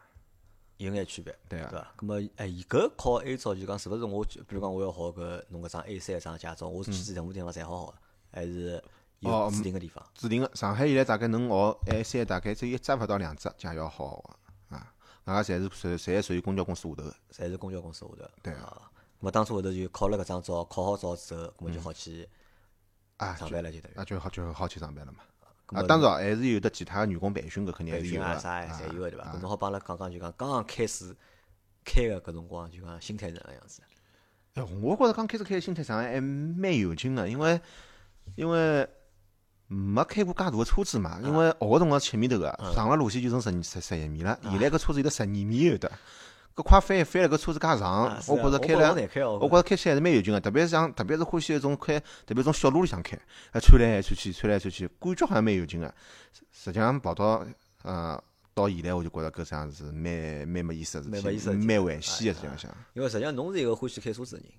有眼区别，
对啊
对伐？咁么，哎，伊搿考 A 照就讲是勿是我，比如讲我要考搿弄搿张 A 三张驾照，我是去任何地方侪好好，还是有
嗯哦
指定个地方？
指定个上海现在大概能学 A 三，大概只有一只勿到两只驾校好学个啊，外加侪是属侪属于公交公司下头个。
侪是公交公司下头。
对
啊。咁么当初后头就考了搿张照，考好照之后，咁么就好去
嗯啊
上班了，就等于。
啊，就好就好去上班了嘛。
咁
啊，
么
当然还是有得其他个员工培训搿肯定还
培
是
训
有
啊
个。
啥侪有个对伐？
啊
咁侬好帮阿拉讲讲，就讲刚刚开始开个搿辰光，就讲心态是哪能样子？
哎，我觉着刚开始开心态上还蛮有劲个，因为因为没开过介大个车子嘛，
啊
因为学个辰光七米头个，
嗯
上了路线就成十十十一米
啊
了，现在搿车子有得十二米有得，搿快翻翻了搿车子介长
啊，是
哦我
啊
觉着开
我觉着
了
好难开哦
我觉着开起来还是蛮有劲个，特别是像特别是欢喜一种开，特别种小路里向开，啊穿来穿去，穿来穿去，感觉好像蛮有劲个。实实际上跑到呃到现在我就觉着搿桩事蛮蛮没意思个
蛮
事
没意思的事体
体，
哎
蛮惋惜个实际上想。
因为实际上侬是一个欢喜开车子个人，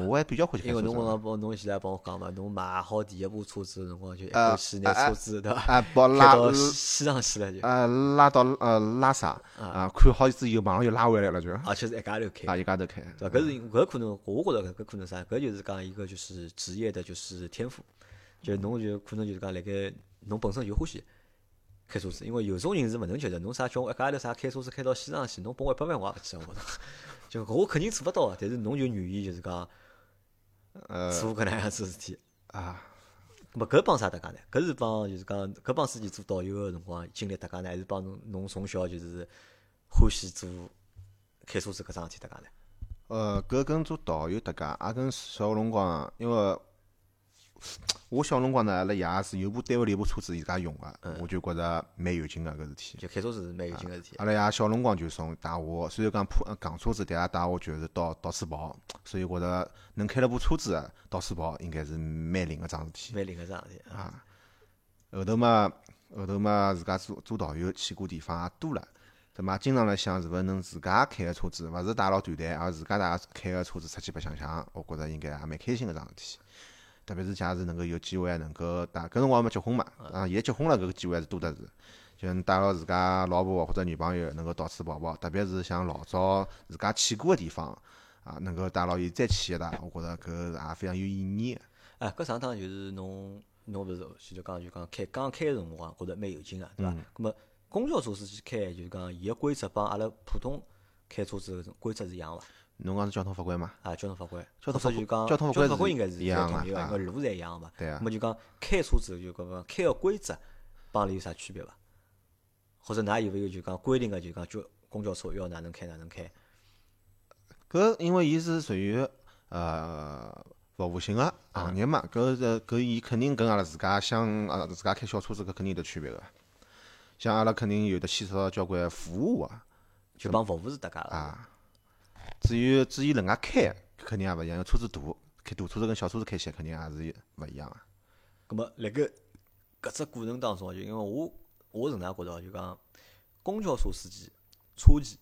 哎，我还比较欢喜开
因
车
为
子
侬刚
个。
刚帮侬现在帮我讲嘛，侬买好第一部车子的辰光就一
啊
口气拿
啊
车子对伐？
啊，把
开
拉
到西上去了就，啊
呃拉到呃拉萨啊，看好之后马上又拉回来了就，
而且是一家头开，
啊一家头开，
对伐？搿是搿可能，我觉着搿可能啥？搿就是讲一个就是职业的就是天赋，就侬就可能就是讲辣盖侬本身就欢喜开车子，因为有种人是勿能接受，侬啥叫我一家头啥开车子开到西藏去，侬拨我一百万我也勿去，我觉着 [LAUGHS] 就我肯定做勿到啊，但是侬就愿意就是讲
呃
做搿能样子事体。
啊
么搿帮啥搭界呢？搿是帮就是讲搿帮司机做导游个辰光经历搭界呢，还是帮侬侬从小就是欢喜做开车子搿桩事体搭界呢？
呃搿跟做导游搭界，也跟小辰光，因为我小辰光呢，阿拉爷是有部单位里有部车子自家用个，我就觉着蛮有劲个搿事体。
就开车子是
啊
蛮有劲个事体。
阿拉爷小辰光就送带我，虽然讲破戆车子，但也带我就是到到处跑，所以觉着能开了部车子到处跑，应该是蛮灵个桩事体。
蛮灵个桩事体啊，
后头嘛，后头嘛，自家做做导游去过地方也多了，对嘛？经常辣想是勿是能自家开个车子，勿是带牢团队，而自家带开个车子出去白相相，我觉着应该也蛮开心个桩事体。特别是假如能够有机会啊能够带，搿辰光还没结婚嘛，啊，现在结婚了，搿个机会还是多得是。就能带牢自家老婆啊或者女朋友能够到处跑跑，特别是像老早自家去过个地方啊，能够带牢伊再去一趟，我觉着搿也非常有意义个。
哎，搿上趟就是侬侬勿是先就讲就讲开刚开个辰光觉着蛮有劲个，对伐？
嗯
咁么公交车司机开就是讲伊个规则帮阿拉普通开车子个规则是一样伐？
侬讲是交通法规嘛？
啊，交通法规，
交通
或
法
者就
规
讲
交通法规
法规
是
应该是
一样
统
的
一个，
啊
因为路是一样嘛。
对啊
咁么就讲开车子就讲讲开个规则帮阿拉有啥区别伐？或者㑚有没有就讲规定个就讲就公交车要哪能开哪能开？
搿因为伊是属于呃服务性个行业嘛，搿是搿伊肯定跟阿拉自家相啊自家开小车子搿肯定有得区别个。像阿拉肯定有得牵扯到交关服务啊
就帮服务是搭界个，
啊。至于至于人家开，肯定也勿一样，因为车子大，开大车子跟小车子开起来肯定也是勿一样啊。
咁么辣盖搿只过程当中，就因为我我是哪觉啊得就讲公交车司机、车技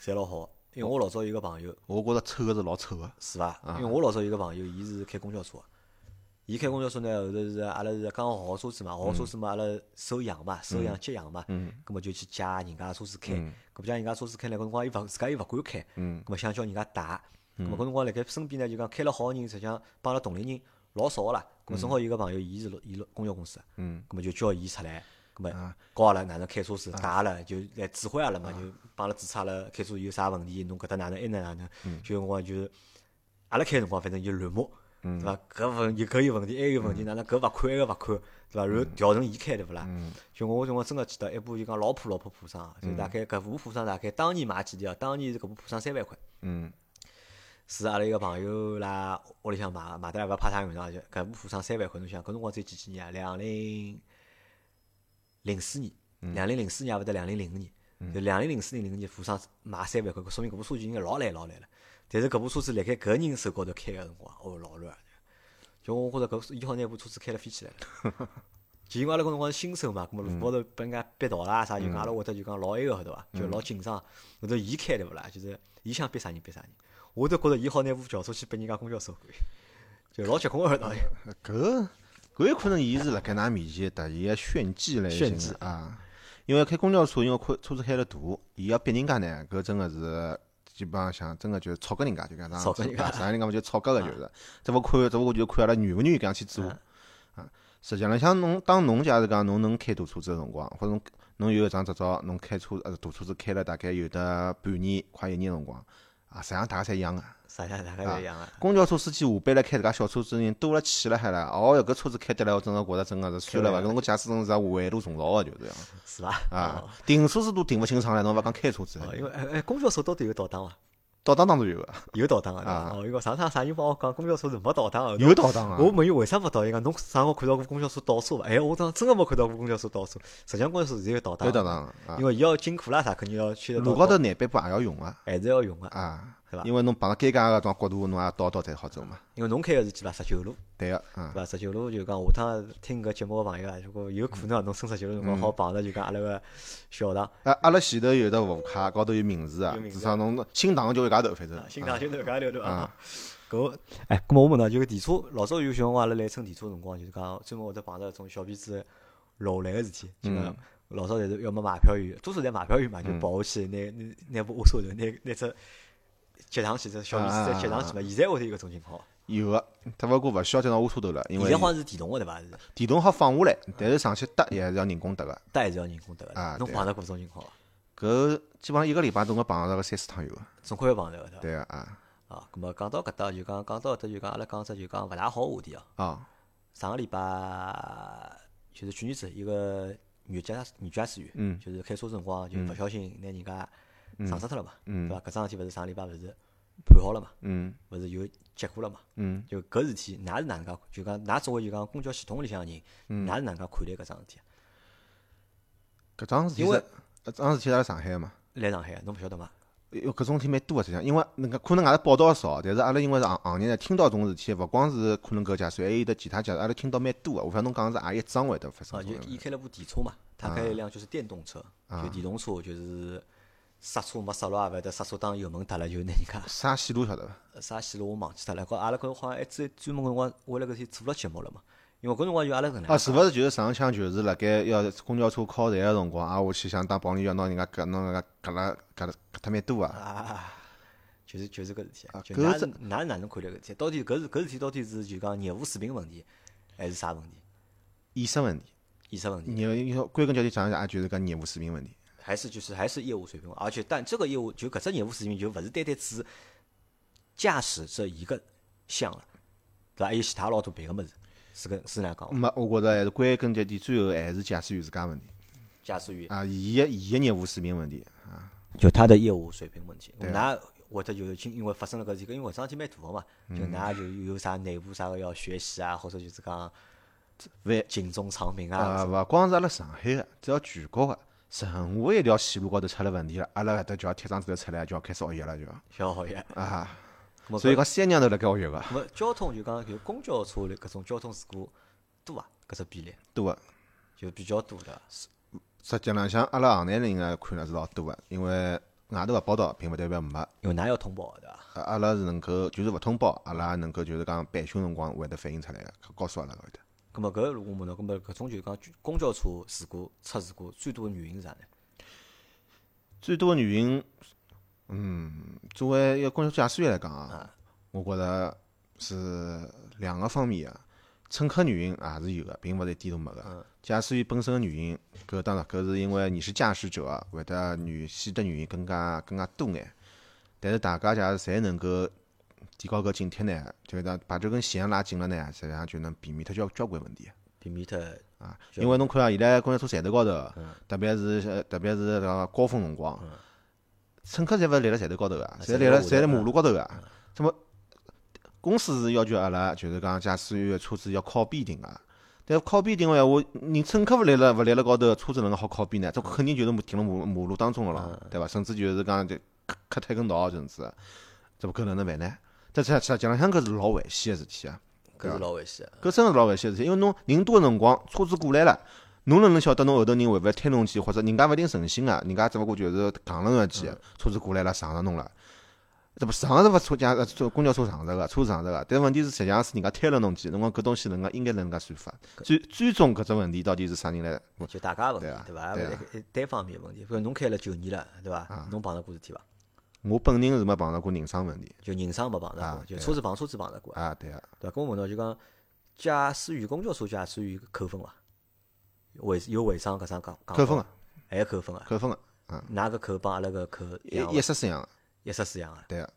侪老好，因为我老早有个朋友
我觉着丑个是老丑个，
是伐？因为我老早有个朋友，伊是开公交车的，伊开公交车呢，后头是阿拉是刚好号车子嘛，号车子嘛，阿拉收养嘛，收养接养嘛，嗯，葛末就去借人家车子开，搿么借人家车子开呢，搿辰光伊勿自家又勿敢开，嗯，葛末想叫人家带，葛末搿辰光辣盖身边呢，就讲开了好个人，实际上帮阿拉同龄人老少个啦，葛末正好有个朋友，伊是伊辣公交公司，嗯，啊葛末就叫伊出来，葛末教阿拉哪能开车子，带阿拉就来指挥阿拉嘛，就帮阿拉指出阿拉开车有啥问题，侬搿搭哪能，埃能哪能，就辰光就是阿拉开个辰光反正就乱摸。对伐？搿问有搿有问题，埃有问题，哪能搿勿看，埃个勿看，对伐？然后调成伊开，对勿啦？就我辰光真个记得一部就讲老破老破普桑，就大概搿部普桑大概当年买几钿啊？当年是搿部普桑三万块，
嗯，
是阿拉一个朋友啦屋里向买买得来，勿派啥用场，就搿部普桑三万块，侬想搿辰光才几几年啊？两零零四年，两零零四年也勿得两零零五年，就两零零四年零五年普桑买三万块，搿说明搿部车子应该老来老来了。但是搿部车子辣盖搿人手高头开个辰光，哦老乱啊！就我觉着搿伊好像拿部车子开了飞起来了。就因为阿拉搿辰光是新手嘛，咾么路高头被人家逼倒啦啥，就讲阿拉会得就讲老埃个晓得伐？就老紧张。后头伊开对勿啦？就是伊想逼啥人逼啥人。我都觉着伊好拿部轿车去逼人家公交车管， [LAUGHS] 就老结棍个
嗯
道理。
搿搿有可能伊是辣盖㑚面前特意个炫技来
炫
寻
技
的啊，因为开公交车，因为开车子开了大，伊要逼人家呢，搿真个是。基本上想真个就是操搿人家，就讲啥啊
操搿人家啊
啥人家嘛就操搿个就是，只不过看，只不过就看阿拉愿勿愿意搿样去做啊。实际浪向侬当侬假如讲侬能开大车子个辰光，或者侬侬有一张执照，侬开车呃大车子开了大概有得半年快一年辰光，啊，实际上大家侪一样个。
啥啥大概是一样个。
公交车司机下班来开自家小车子的人多了去了海了，哦哟，搿车子开得来，我真个觉着真个是算了伐，搿辰光驾驶证是弯路重造个，就是
是伐？
啊，停车子都停勿清爽了，侬勿讲开车子，
哦，因为哎哎，公交车到底有倒档
[LAUGHS]
伐？
倒档当然有个，
有倒档个对伐
啊
哦，因为上趟啥人帮我讲公交车是没倒档个，
有倒档
哦我
啊，
问伊为啥勿倒，伊讲侬啥辰光看到过公交车倒车伐？哎，我当真个没看到过公交车倒车，实际上公交车现在有倒档
有
的，
倒档的啊
因，为伊要进库啦啥，肯定要去得
路
到
高头难边坡也要用个
还是要用个，
啊
是吧，
因为侬碰到尴尬个桩角度，侬也倒倒才好走嘛，
因为侬开个是几啦？十九路
对个啊
对。伐？十九路就讲下趟听搿节目个朋友啊，如果有可
嗯
能啊侬升十九路辰光好碰着就讲阿拉个小唐，
啊，阿拉前头有得副卡，高头有名字啊
有名，字啊
至少侬新打就一家头，反正啊
新唐就头搿头对伐？搿哎，搿么我问侬，就电车老早有小辰光阿拉来乘电车个辰光，就是讲专门会得碰着种小辫子老来个事体，就
嗯
讲老早侪是要么买票员，多数侪买票员嘛，就跑下去拿拿拿部ô tô 头拿拿只接上去，只小
啊
辫子再接上去嘛。现在会得有搿种情况，
有个，只不过勿需要接到我车头了，因
现
为
在好像是电动个对伐？是
电动好放下来，但是上去搭也还是要人工搭个。
搭还是要人工搭个
啊，
侬
对
碰着过搿种情况伐，
搿基本上一个礼拜总归碰着个三四趟有个，
总归会碰着个对伐？
对个啊，
啊，搿么讲到搿搭就讲讲到搿搭就讲阿拉讲只就讲勿大好话题哦。
啊，
上个礼拜就是去年子一个女驾女驾驶员，
嗯
就是开车辰光就勿小心拿人家撞死脱了嘛，
嗯
对伐？搿桩事体勿是上个礼拜勿是判好了嘛，
嗯
勿是有结果了嘛？
嗯，
就搿事体，㑚是哪能介？就讲㑚作为就讲公交系统里向人，
嗯
㑚是哪能介看待搿桩事体啊？
搿桩事体
因为
是搿桩事体辣上海个嘛，
来上海，侬勿晓得嘛？
哟搿种事体蛮多个实际上，因为那个可能阿拉报道少，但是阿拉因为是行行业呢，听到这种事体，勿光是可能搿驾驶员，还有得其他驾驶，阿拉听到蛮多个。我勿晓得侬讲是何一桩会得啊发
啊，
生
就
这种事
伊开了部电车嘛，他开了一辆就是电动车，就电动车就是刹车没刹牢，啊也勿晓得刹车当油门踏了，就拿人家
啥线路晓得伐？
啥线路我忘记脱了。搿阿拉搿好像还专专门搿辰光为了搿事体做了节目了嘛。因为搿辰光就阿拉搿能
啊，是勿是就是上腔就是辣盖要公交车靠站个辰光，啊，我去想当保安员，拿人家搿拿人家搿拉搿拉搿脱蛮多啊。
啊，就是就是搿事体啊。
啊
就
搿
㑚
只
是㑚是哪能看待搿事体？到底搿是搿事体到底是就讲业务水平问题，还是啥问题？
意识问题，
意识问题，
你要归根结底讲一下，也就是讲业务水平问题。
还是就是还是业务水平？而且但这个业务就搿只业务水平就勿是单单只驾驶这一个项了，对伐？还有其他老多别个物事，是搿是哪讲？
没，我觉着还是归根结底，最后还是驾驶员自家问题
驾驶员
啊，伊个伊个业务水平问题。
就他的业务水平问题，
啊
㑚会得就是因因为发生了搿事体，因为搿桩事体蛮大个嘛，
嗯
就㑚就有啥内部啥个要学习啊，或者就是讲
万
警钟长鸣啊，
啊，勿光是阿拉上海个，只要全国个，任何一条线路高头出了问题了，阿拉搿搭就要贴张纸条出来，就要开始学习了，就要
小学也。
啊
咾么。
所以讲三娘头辣盖学习个
咾么交通就讲就公交车类搿种交通事故多啊，搿只比例
多个。
就比较多的。
实际浪向阿拉行内人啊看了是老多个，因为外头勿报道，并勿代表没。
因为㑚要通报的对伐？
呃阿拉是能够，就是勿通报，阿拉也能够就是讲办休辰光会得反映出来个，告诉阿拉个会得。
咁么搿如果没喏，咁么搿种就是讲公交车事故出事故最多的原因是啥呢？
最多个原因，嗯，作为一个公交车驾驶员来讲啊，我觉着是两个方面啊。乘客原因也是有个，并勿是一点都没个。驾驶员本身个原因，搿当然搿是因为你是驾驶者啊，会得你显得原因更加更加多眼。但是大家假如侪能够提高�根警惕呢，就是讲把这根弦拉紧了呢，实际上就能避免脱交交关问题。
避免脱
啊，因为侬看啊，现在公交车站头高头，特别是呃特别是那个高峰辰光，乘客侪勿是立辣站头高头个，侪立辣嗯啊侪辣马路高头啊嗯个。那么公司是要求阿拉就是讲驾驶员个车子要靠边停个，但靠边停个闲话，人乘客勿立辣勿立辣高头，车子哪能好靠边呢？这肯定就是停辣马马路当中个咯，对伐？甚至就是讲就磕磕脱一根道，甚至这勿搿哪能办呢？这实实际浪向搿是老危险个事体啊！
搿是老危险的。
搿真个是老危险个事体，因为侬人多个辰光，车子过来了，侬哪能晓得侬后头人会勿会推侬去，或者人家勿一定诚心个，啊人家只勿过就是戆了侬一记，
嗯
车子过来了撞着侬了。这不撞着勿车驾车公交车撞着个，车撞着个，但问题是实际上是人家推了侬去，侬讲搿东西能介应该哪能介算法？最最终搿只问题到底是啥人来？
就大家问
对
题
啊，
对伐？
对
勿
啊
是一单方面问题。比如侬开了九年了，对伐？侬碰着过事体
啊
伐？
我本人是没碰到过人伤问题
就人伤没碰着过，就车子碰车子碰着过，
啊，对啊，
对伐？跟我问到就讲驾驶员公交车驾驶员扣分伐？啊违有违章搿桩讲讲
扣
法
分个，
伐，还扣分啊？
扣分个，啊，
㑚搿扣帮阿拉搿扣一样伐啊
一一式三样个，
一式四样啊？
对啊，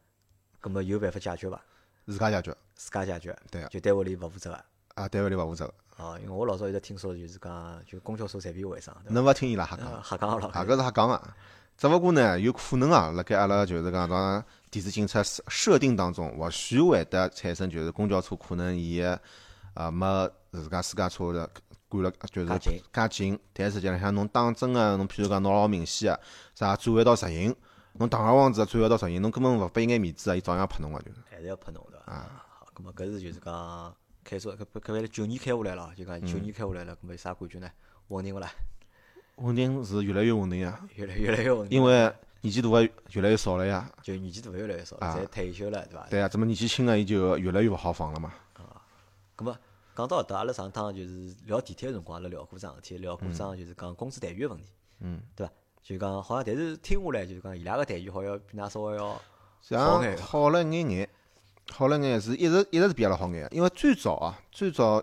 搿么有办法解决伐？
自家解决
自家解决，
对啊
就单位里勿负责啊。
啊，单位里勿负责个，
哦，因为我老早一直听说就是讲，就公交车随便违章，对伐？
侬勿听伊拉瞎讲。
呃瞎讲
啊，
了，
搿是瞎讲个，只勿过呢，有可能啊，辣盖阿拉就是讲当电子警察设设定当中，或许会得产生就是公交车可能伊个啊没自家私家车的管了，就是
加紧
加紧，但实际浪向侬当真个，侬譬如讲侬老明显个啥转弯到直行，侬堂而皇之地啊转弯到直行，侬根本勿拨伊眼面子啊，伊照样拍侬个就是。
还是要拍侬对伐？啊，好，咁么搿是就是讲开车，搿搿万九年开下来了，就讲九年开下来了，咁么有啥感觉呢？稳定勿啦？
稳定是越来越稳定啊，
越来越来越稳定，
因为年纪大个越来越少了呀。
就年纪大越来越少了，侪退休了对伐？
对啊，怎么年纪轻个伊就越来越勿好放了嘛。
咁么讲到搿搭，阿拉上趟就是聊地铁个辰光，阿拉聊过桩事体，聊过桩就是讲工资待遇个问题，嗯，对伐？就讲好像，但是听下来就是讲伊拉个待遇好像比㑚稍微要
实际
好眼
上好了一眼眼，好了一眼是一直一直是比阿拉好眼，因为最早啊，最早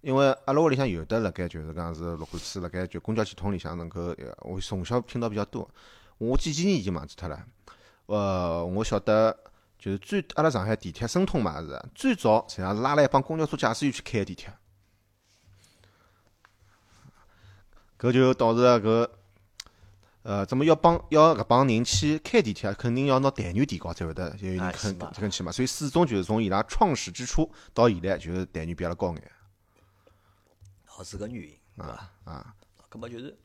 因为阿拉屋里向有的辣盖就是讲是落款处辣盖就公交系统里向能够，呃我从小听到比较多，我几几年已经忘记脱了，呃，我晓得。就是最阿拉上海地铁申通嘛是，最早实际上是拉了一帮公交车驾驶员去开的地铁，搿就导致了搿呃，怎么要帮要搿帮人去开地铁，肯定要拿待遇提高才会得有人
啊
肯
是嘛
肯去嘛。所以始终就是从伊拉创始之初到现在，就是待遇比阿拉高眼
好是个原因，对伐？
啊。
搿么就是，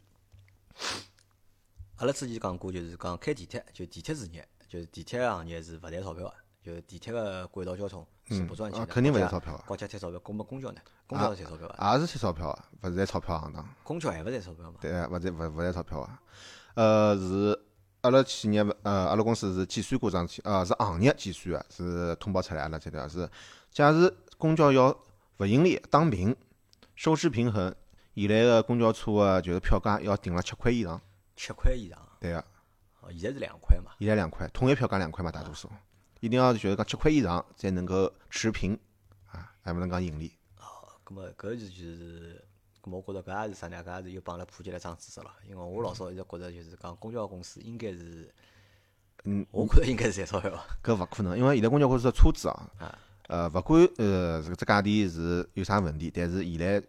阿拉之前讲过，就是讲开地铁，就地铁事业，就是地铁行业是勿赚钞票个，就是地铁个轨道交通是不赚钱
啊
的，
肯定勿
国
赚
家
钞票啊
国家赚钞票，公么公交呢？公交是赚钞票伐？
也是赚钞票啊，勿是赚钞票行当，
公交还勿赚钞票嘛？
对啊，勿赚勿勿赚钞票啊。呃，是阿拉企业呃，阿拉公司是计算过桩事体，呃，是行业计算啊，是通报出来阿拉这条是，假如公交要勿盈利打平，收支平衡，现在个公交车个就是票价要定了七块以上，
七块以上，
对个、
哦现在是两块嘛？
现在两块，统一票价两块嘛，大多数一定要就是讲七块以上才能够持平啊，还不能讲盈利。
哦，搿么搿就就是，搿么我觉着搿也是啥呢？搿也是又帮阿拉普及了桩知识了。因为我老早一直觉着就是讲公交公司应该是，
嗯，
我觉着应该是赚钞票的。
搿勿可能，因为现在公交公司的车子啊
啊，
呃，勿管呃这个只价钿是有啥问题，但是现在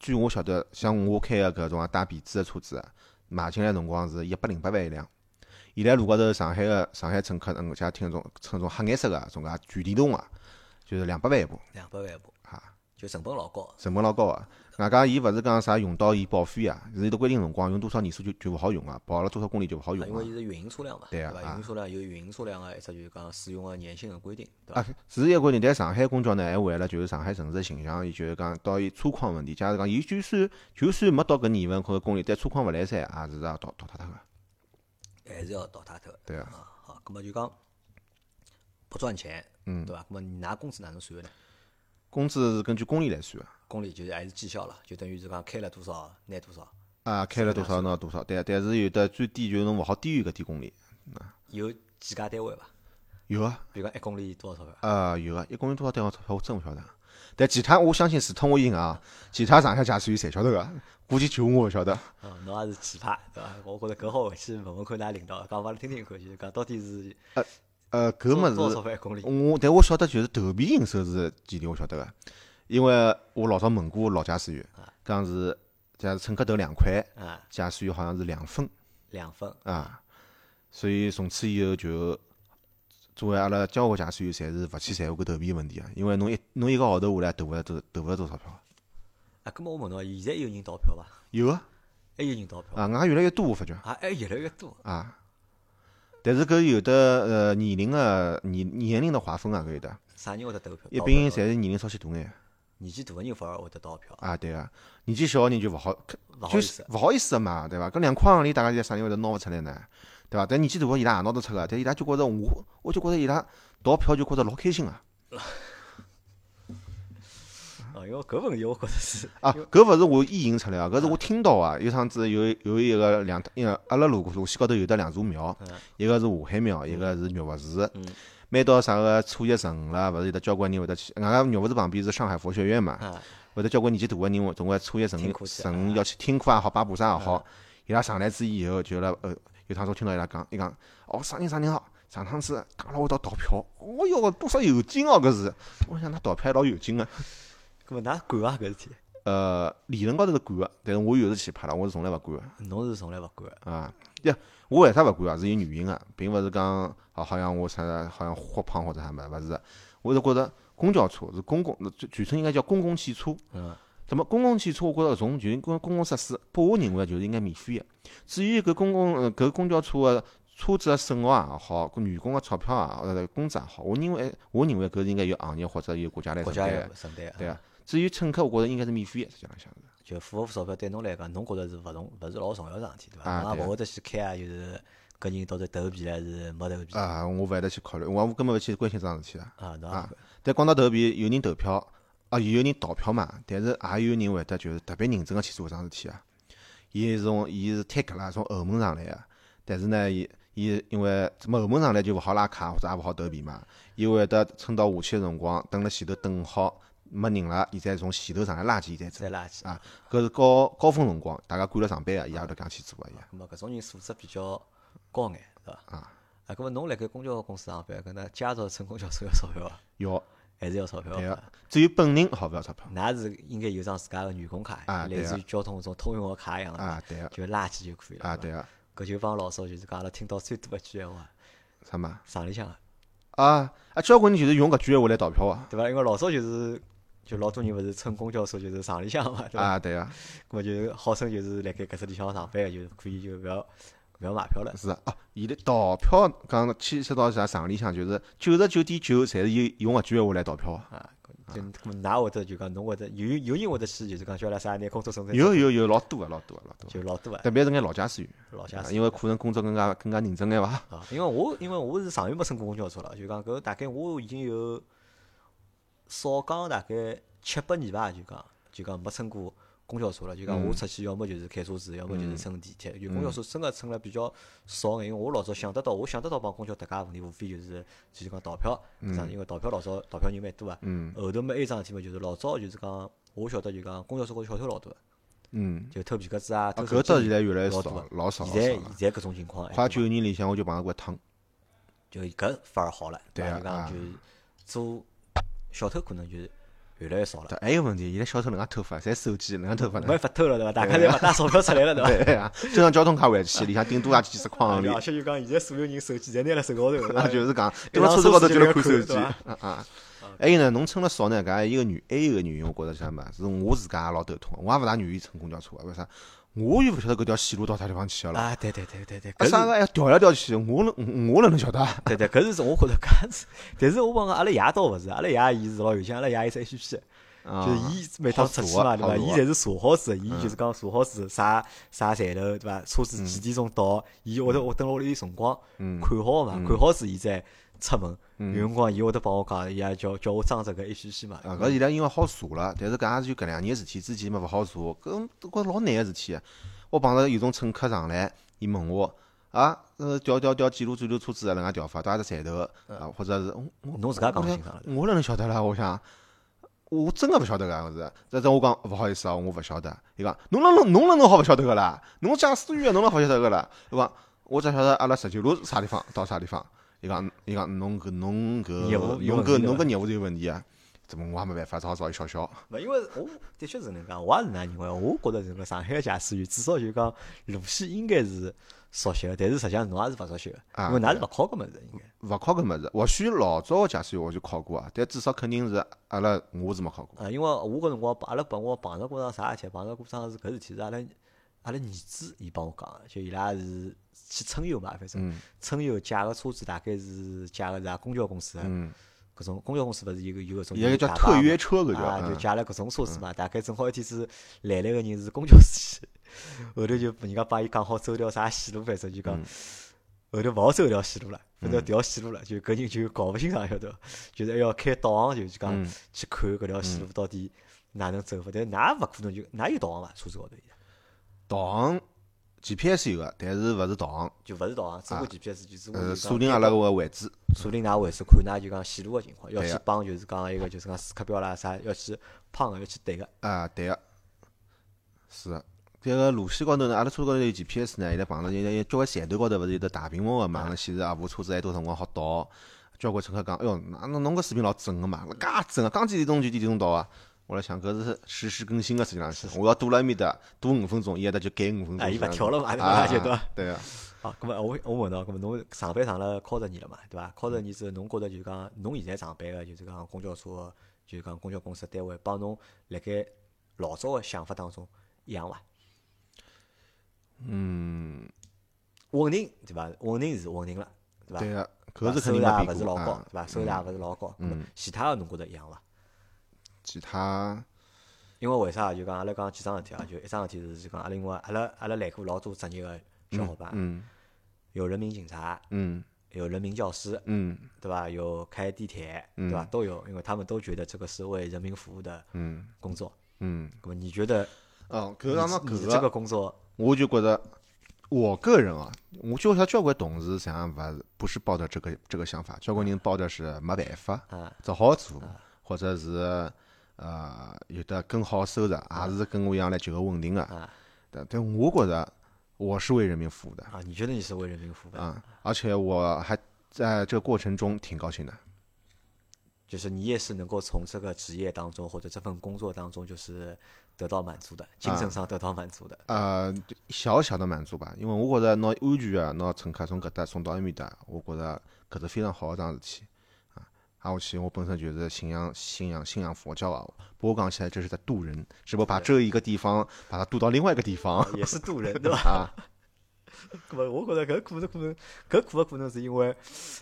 据我晓得，像我开个搿种啊带皮子的车子啊，买进来辰光是一百零八万一辆。现在如果是上海个上海乘客，嗯，家听种乘种黑颜色个，种介全电动啊，就是两百万一部
两百万一部，
啊。
就成本老高。
成本老高啊。外加伊勿是讲啥用到伊报废啊，是有得规定辰光用多少年数就就勿好用啊，跑了多少公里就勿好
啊因
用
为
啊。
伊是运营车辆嘛，
对啊
伐？
啊
运营车辆有运营车辆个一只就是讲使用个年限个规定，对伐？
啊，是一个规定，但上海公交呢，还为了就是上海城市的形象，伊就是讲到伊车况问题，假如讲伊啊就算就算没到搿年份或者公里，但车况勿来三，也是要淘淘汰脱个。
还是要淘汰掉的。
对啊，
啊，好，葛么就讲不赚钱，嗯，对伐？葛么你拿工资哪能算呢？
工资是根据公里来算啊
公里就是还是绩效了，就等于是讲开了多少拿多少。
啊，开了多少拿多少，对啊，但是有的最低就侬勿好低于搿点公里，
有计价单位伐？
有啊，
比如讲一公里多少钞票？
啊有啊，一公里多少单位钞票我真勿晓得，但其他我相信除脱我以外啊，其他上下驾驶员侪晓得个，估计就我勿晓得。
嗯，侬也是奇葩，对伐？我觉着搿好回去问问看㑚领导，讲法来听听看，就是讲到底是
呃，搿
多
物
多
事
少钞票一公里？
我但我晓得就是头皮营收是几钿，我晓得个，因为我老早问过老驾驶员，讲是假如乘客头两块，
啊，
驾驶员好像是两分
两分。
啊，所以从此以后就作为阿拉交关驾驶员，侪是勿去在乎搿头皮问题啊，因为侬一侬一个号头下来投勿了多投勿了多少票，
啊，葛么我问侬，现在有人逃票伐？
有啊，
还有人逃票？
啊，外加越来越多我发觉
啊，还越来越多。
啊，但是搿有的呃年龄个年年龄的划分啊，搿有的，
啥人会得投票？
一
投
般
票
侪是年龄稍许大眼。
年纪大个人反而会得逃票，
啊，对啊，年纪小的人就勿好，
勿好
就
意
是
思。
勿好意思嘛，对伐？搿两块行钿大家侪啥人会得拿勿出来呢？对伐？但年纪大个伊拉也拿得出啊个，但伊拉就觉着我，我就觉着伊拉逃票就觉着老开心啊！
啊，因为搿问题我觉着是
啊，搿勿是我意淫出来啊，搿是我听到啊。有趟子有有一个两，因为阿拉路路线高头有得两座
啊
庙，一个是下海庙，
嗯
一个是玉佛寺。每到啥个初一十五啦，勿是有得交关人会得去，外加玉佛寺旁边是上海佛学院嘛，
啊，
会得交关年纪大个人，我总归初一十
听课
五
去啊
十五要去听课也好，拜菩萨也好。伊拉上来之以后，就辣呃，有趟子我听到伊拉讲，伊讲哦，啥人啥人好，上趟子讲了我到逃票，哦哟，多少油精哦，搿是。我想那逃票还老油啊精个。
葛么㑚管伐搿事体？
呃，理论高头是管个，但是我有时去怕了，我是从来勿管个
侬是从来勿管的，
啊。呀，我为啥勿管啊？是有原因个，并勿是讲啊，好像我啥好像豁胖或者啥物事，勿是的。我是觉着公交车是公共，全全称应该叫公共汽车。
嗯，
那么公共汽车，我觉着从就是公公共设施，拨我认为就是应该免费个。至于搿公共呃搿公交车个车子个损耗也好，搿员工个钞票啊，呃工资也好，我认为我认为搿是应该由行业或者由国家来
国
承
家
担
也
个。
承担的，
对啊，至于乘客，我觉着应该是免费个，实际浪向是。
就付勿付钞票对侬来讲，侬觉着是勿重，勿是老重要桩事体，对伐？
啊
侬也
对啊
勿会得去开啊，就是搿人到底头皮还是没头皮啊？
啊，我勿会得去考虑，我我根本勿去关心这桩事体啦。
侬也勿
啊
管
但讲到头皮，有人投票，啊，有人逃票嘛，但是也有人会得就是特别认真个去做搿桩事体啊。伊是从伊是太搿啦，从后门上来个，但是呢，伊伊因为怎么后门上来就勿好拉卡或者也勿好投币嘛，伊会得撑到下去个辰光，等辣前头等好没人了，伊再从前头上来拉起伊再走
再。垃圾
啊，搿是高高峰辰光，大家赶了上班个，啊伊也会得搿样去做个伊也。
咁么搿种人素质比较高眼，对伐？
啊，
啊，咁么侬辣盖公交公司上班，搿那驾照乘公交车要钞票伐？
要
还是要钞票
对啊
伐？
个，只有本人好勿要钞票
㑚是应该有张自家个员工卡，
啊
类
对
似
啊
于交通种通用个卡一样个，
啊，对个
就垃圾就可以了。
啊，
对
对个，
伐，搿就帮老早就是讲阿拉听到最多一句闲话，
啥嘛？
厂里向个，
啊啊，交关人就是用搿句闲话来逃票啊！
对伐？因为老早就是就老多人勿是乘公交车就是厂里向嘛，对伐？
啊，对啊，
咁么就是号称就是辣盖搿只里向上班个，就是可以就勿要勿要买票了。
是啊，哦，伊拉逃票讲牵涉到啥场里向，就是九十九点九，侪是用用搿句闲话来逃票啊！
啊，就咁么㑚会得就讲侬会得有有人会得去就是讲叫阿拉啥拿工作证
有有有，老多个，啊老多个，老多
就老多
个，
啊，
特别是眼老驾驶员，
老
啊
吓死
因为可能工作更加更加认真眼伐？
啊！因为我因为我是上月没乘过公交车了，就讲搿大概我已经有少讲大概七八年吧，就讲就讲没乘过公交车了，就讲
嗯
我出去要么就是开车子，要么就是乘地铁。就公交车真个乘了比较少眼，因为我老早想得到，我想得到帮公交搭界个问题，无非就是就是讲逃票，这样因为逃票老早逃票人蛮多啊。
嗯
后头么还有桩事体嘛，就是老早就是讲我晓得就讲公交车高头小偷老多的，
嗯，
就偷皮夹子啊，
啊
偷
搿
手
到
机
现在越来越
老
少
多
了
了，
老少老
现在哎
少了。
现在搿种情况还
快
多
九年里向我就碰到过一趟，
就搿反而好了，
对
伐
啊
就讲
啊
就是做小偷可能就是越来越少了，
对还有问题，现在小偷能介偷法，侪手机能介偷法
没
呢？
办法偷了对伐？大家侪勿带钞票出来
[LAUGHS]
了对伐？
对啊，正常交通卡回去，里向顶多也几十块行钿
而，且就讲现在所有人手机侪拿辣手高头，对
那
伐
啊就是讲，
一
蹲辣
上
车子
车
高
子
头
就
就来
来看
看手
对
机
吧
啊啊！还有呢，侬乘了少呢，搿还有一个原，还有一个原因，我觉着啥嘛，是我自家也老头痛，我也勿大愿意乘公交车，为啥？我又勿晓得搿条线路到啥地方去个了，
啊，对对对对对，
搿
搿
啥
是
个还调来调去，我能我哪能晓得啊？
对对，搿是我觉着搿是，但是我帮讲阿拉爷倒勿是，阿拉爷伊是老有钱，阿拉爷伊是 A P P，
啊
就是伊每趟出去嘛，对伐？伊侪是查好子，伊
嗯
就是讲查好子啥啥站头，对伐？车子几点钟到？伊
嗯
会得我等了屋里有辰光看好嘛，看好子伊再出门。有辰光伊会得帮我讲，伊也叫叫我装这个 APP 嘛。
嗯啊，搿现在因为好查了，但是搿也是就搿两年事体，之前嘛勿好查，搿搿老难个事体啊。我碰着有种乘客上来，伊问我啊，呃，调调调几路几路车子啊，哪能介调法，到阿只站头啊，或者是嗯我
侬自家讲
我
清
想
爽了
我哪能晓得啦？我想，我真个勿晓得搿样子。这这我讲勿好意思啊，我勿晓得。伊讲侬哪能侬哪能好勿晓得个啦？侬驾驶员啊侬哪好晓得个啦？对伐？我只晓得阿拉十九路是啥地方到啥地方。伊讲伊讲侬搿侬搿
业务有
侬
问
搿
题
侬
对
搿业务是有问题啊？怎么我也没办法，只好找伊笑笑。
勿，因为我的确是搿能介，我也是搿能认为。我觉着是个上海个驾驶员，至少就讲路线应该是熟悉个，但是实际上侬也是勿熟悉个，
啊
因为㑚是勿考搿物事应该。
勿考搿物事，或许老早个驾驶员我就考过啊，但至少肯定是阿拉我是没考过。
啊，因为我搿辰光阿拉帮我碰着过桩啥事体，碰着过桩事搿事体是阿拉阿拉儿子伊帮我讲的，就伊拉是去春游嘛，反正
嗯
春游借个车子大概是借个是啊公交公司的，搿种公交公司勿是有个有搿种
嗯有个叫
大巴
特
嘛
约车搿叫
啊，就
嗯
借了搿种车子嘛，大概正好一天子来了个人是公交司机， [LAUGHS] 后头就人家帮伊讲好走条啥线路，反正就讲。
嗯
后头勿好走条线路了，反正条线路了，就搿人就搞勿清爽，晓得伐？ [LAUGHS] 就是还要开导航，就是讲
嗯
去看搿条线路到底哪能走法。但㑚勿可能就㑚有导航伐？车子高头现在
导航 GPS 有个，但是勿是导航，
就勿是导航，只过 GPS，就只过
呃，
就
锁
讲
定阿拉个位置。
锁定㑚位置，看㑚就讲线路个情况，要
对
去
个
帮就是讲一个就是讲时刻表啦啥，要去胖个，要去对个。
啊，对个，是个。这个路线高头呢，阿拉车高头有 GPS 呢，现在碰到现在交关站头高头勿是有得大屏幕个嘛，那显示啊部车子还多少辰光好到。交关乘客讲，哎哟，哪侬侬搿视频老准个嘛，介准啊，刚几点钟就几点钟到啊。我辣想搿是实时更新个，实际上是，我要多了埃面搭多五分钟，伊还得嗯就改五分钟。
啊伊勿跳了嘛 [LAUGHS]
啊，
对伐
啊对个。
好，咁啊么我我问到，咁么侬上班上了靠着年了嘛，对伐？
嗯
靠着年之后，侬觉着就是讲，侬现在上班个就是讲公交车，就是讲公交公司单位，帮侬辣盖老早个想法当中一样伐？嗯，稳定对伐？稳定是稳定了，对伐？
对个，
对
搿
伐
是肯定
收入
没
也勿是
变
老
过
高
啊，。
对伐？收入也勿是老高，嗯，其他个侬觉着一样伐？
其他
因为为啥就讲阿拉讲几桩事体啊？就一桩事体是就讲阿拉因为阿拉阿拉来过老多职业个小伙伴，
嗯
有人民警察，
嗯
有人民教师，
嗯
对吧？有开地铁，对吧？都有，因为他们都觉得这个是为人民服务的
嗯
工作。
嗯，
那么你觉得
哦，
你
搿他妈
你
搿
这个工作
我就觉得，我个人啊，我就像交关同事实际上勿是不是抱着这个这个想法，交关人抱着是没办法，只好做，或者是呃有的更好收入，也是跟我一样来求个稳定的。但但我觉得我是为人民服务的
啊，你觉得你是为人民服务的，
啊，而且我还在这个过程中挺高兴的。
就是你也是能够从这个职业当中或者这份工作当中，就是得到满足的，精神上得到满 [LAUGHS] 足的。
呃，小小的满足吧，因为我觉着拿安全啊，拿乘客从搿搭送到埃面搭，我觉着搿是非常好的一桩事体啊。挨下去，我本身就是信仰信仰信仰佛教啊，不过讲起来这是在渡人，只不过把这一个地方把它渡到另外一个地
[LAUGHS]
方
啊也是渡人，对吧？
啊。
那么我觉得搿可能可能搿可能可能是因为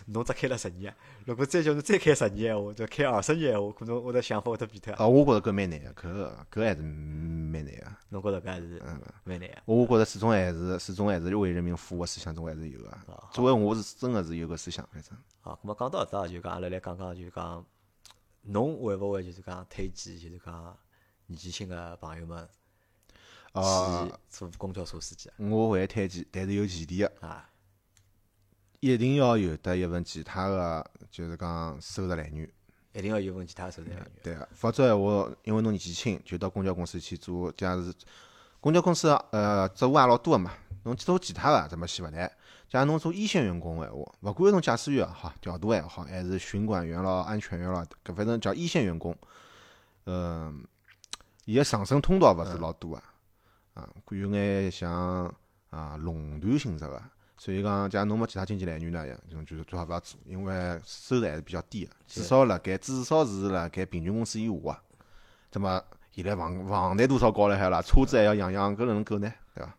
侬只开了十年，如果再叫侬再开十年闲话，就开二十年闲话，可能我的想法会得变脱。
啊，我觉着搿蛮难的，搿搿还是蛮难的。
侬觉得搿还是蛮难的。
我觉着始终还是始终还是为人民服务的思想，总还是有的。作为我是真的是有个思想，反正。
好，啊咁么讲到搿搭就讲，阿拉来讲讲就讲，侬会勿会就是讲推荐就是讲年纪轻个朋友们
啊
去做公交车司机啊？
我会推荐，但是有前提的。
啊，
一定要有得一份其他的，就是讲收入来源。
一定要有份其他收入来源。
对个，啊否则闲话，因为侬年纪轻，就到公交公司去做，假如是公交公司呃职务也老多个嘛，侬去做其他个怎么先勿来？假如侬做一线员工个闲话，勿管是侬驾驶员也好，调度也好，还是巡管员咯、安全员咯，搿反正叫一线员工，嗯，伊个上升通道勿是老多啊，啊，有眼像啊垄断性质个。所以讲，假如侬没其他经济来源呢，侬就是最好勿要做，因为收入还是比较低个，至少辣盖至少是辣盖平均工资以下啊。那么现在房房贷多少高了海啦，车子还要养养，搿哪能够呢？对伐？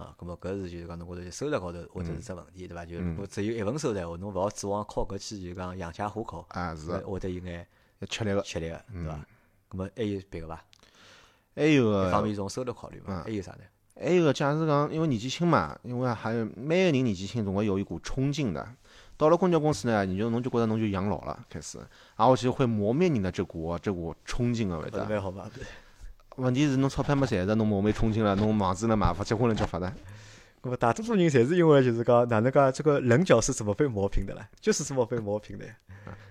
啊，咁么搿是就是讲侬觉着就收入高头或者是只问题对伐？就如果只有一份收入闲话，侬勿好指望靠搿去就讲养家糊口，呃
啊，是
会会得有眼
吃力个。
嗯吃力个对伐？咁么还有别个伐？
还有
一方
个，
面从收入考虑嘛，还有啥呢？
还有个，假使讲因为年纪轻嘛，因为还有每个人年纪轻总归有一股冲劲的。到了公交公司呢，你就侬就觉得侬就养老了，开始，然后其实会磨灭你的这股这股冲劲的味
勿
道
是。蛮好嘛？
问题是侬钞票没赚着，侬磨灭冲劲了，侬房子了买不，结婚了叫法的。
那么大多数人侪是因为就是讲哪能介这个棱角是怎么被磨平的啦？就是怎么被磨平的呀。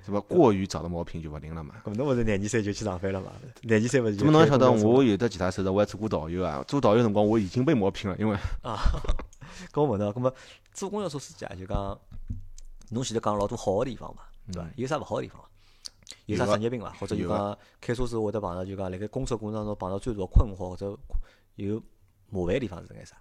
是吧？过于找到毛病就勿灵了嘛。
咁侬勿是廿二岁就去上班了嘛？廿二岁勿是就
怎么侬
开
晓得
公交车
我有的其他手段，我还做过导游啊。做导游辰光我已经被磨平了，因为
跟我问到，咁么做公交车司机啊，就讲侬前头讲老多好个地方嘛，对伐？有啥勿好个地方伐？有啥
嗯有啊
职业病伐？或者就
有啊
讲开车时候会得碰到就讲辣盖工作过程当中碰到最大的困惑或者有麻烦个地方是眼啥？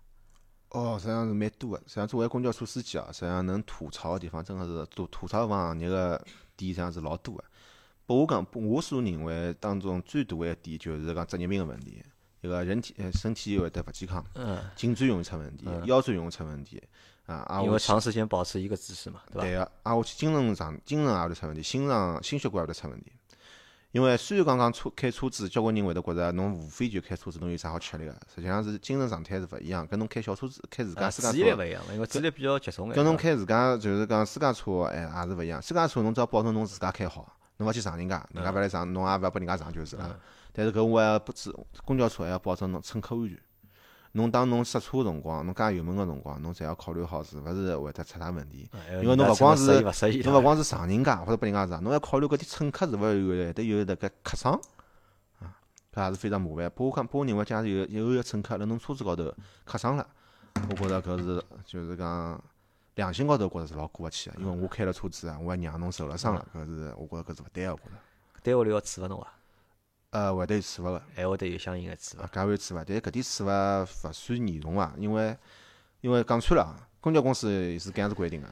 哦，实际上是蛮多的。实际上作为公交车司机啊，实际上能吐槽的地方真的是吐吐槽房行业个点，实际上是老多的。拨我讲，拨我所认为当中最大的一点就是讲职业病个问题，一个人体呃身体会得勿健康，
嗯，
颈椎容易出问题，腰椎容易出问题啊。啊，
因
我
为长时间保持一个姿势嘛，对伐？
对个，啊，我去精神上精神也啊会得出问题，心脏心血管也会得出问题。因为虽然讲讲车开车子，交关人会得觉着侬无非就开车子，侬有啥好吃力个？实际上是精神状态是勿一样，跟侬开小车子、开自
啊
家私家
注意力
车，
勿一样嘛，因为注意力比较集中眼。
跟侬
对伐
开自家就是讲私家车，哎，也是勿一样。私家车侬只要保证侬自家开好，侬勿去撞人家，人家勿来撞，侬也勿要拨人家撞就是
嗯
了。但是搿我还要不止，公交车还要保证侬乘客安全。侬当侬刹车个辰光，侬加油门个辰光，侬侪要考虑好是勿是会得出啥问题。
哎呀
因为
人
侬
家
勿光
乘客
是
适宜勿适宜
侬
对
勿
伐
光是撞人家或者拨人家撞，侬要考虑搿点乘客是勿是有有得有迭个磕伤啊，搿也是非常麻烦。拨我讲，拨我认为，假如有有一个乘客辣侬车子高头磕伤了，我觉着搿是就是讲良心高头觉着是老过勿去个，因为我开了车子啊，我还让侬受了伤了，搿是我觉着搿是勿对个，我觉着。
单位里要处罚侬伐？
呃，会得有处罚个。
还会哎得有相应个处罚。
啊，介会处罚，但是搿点处罚勿算严重啊，因为因为讲穿了啊，公交公司是搿样子规定个、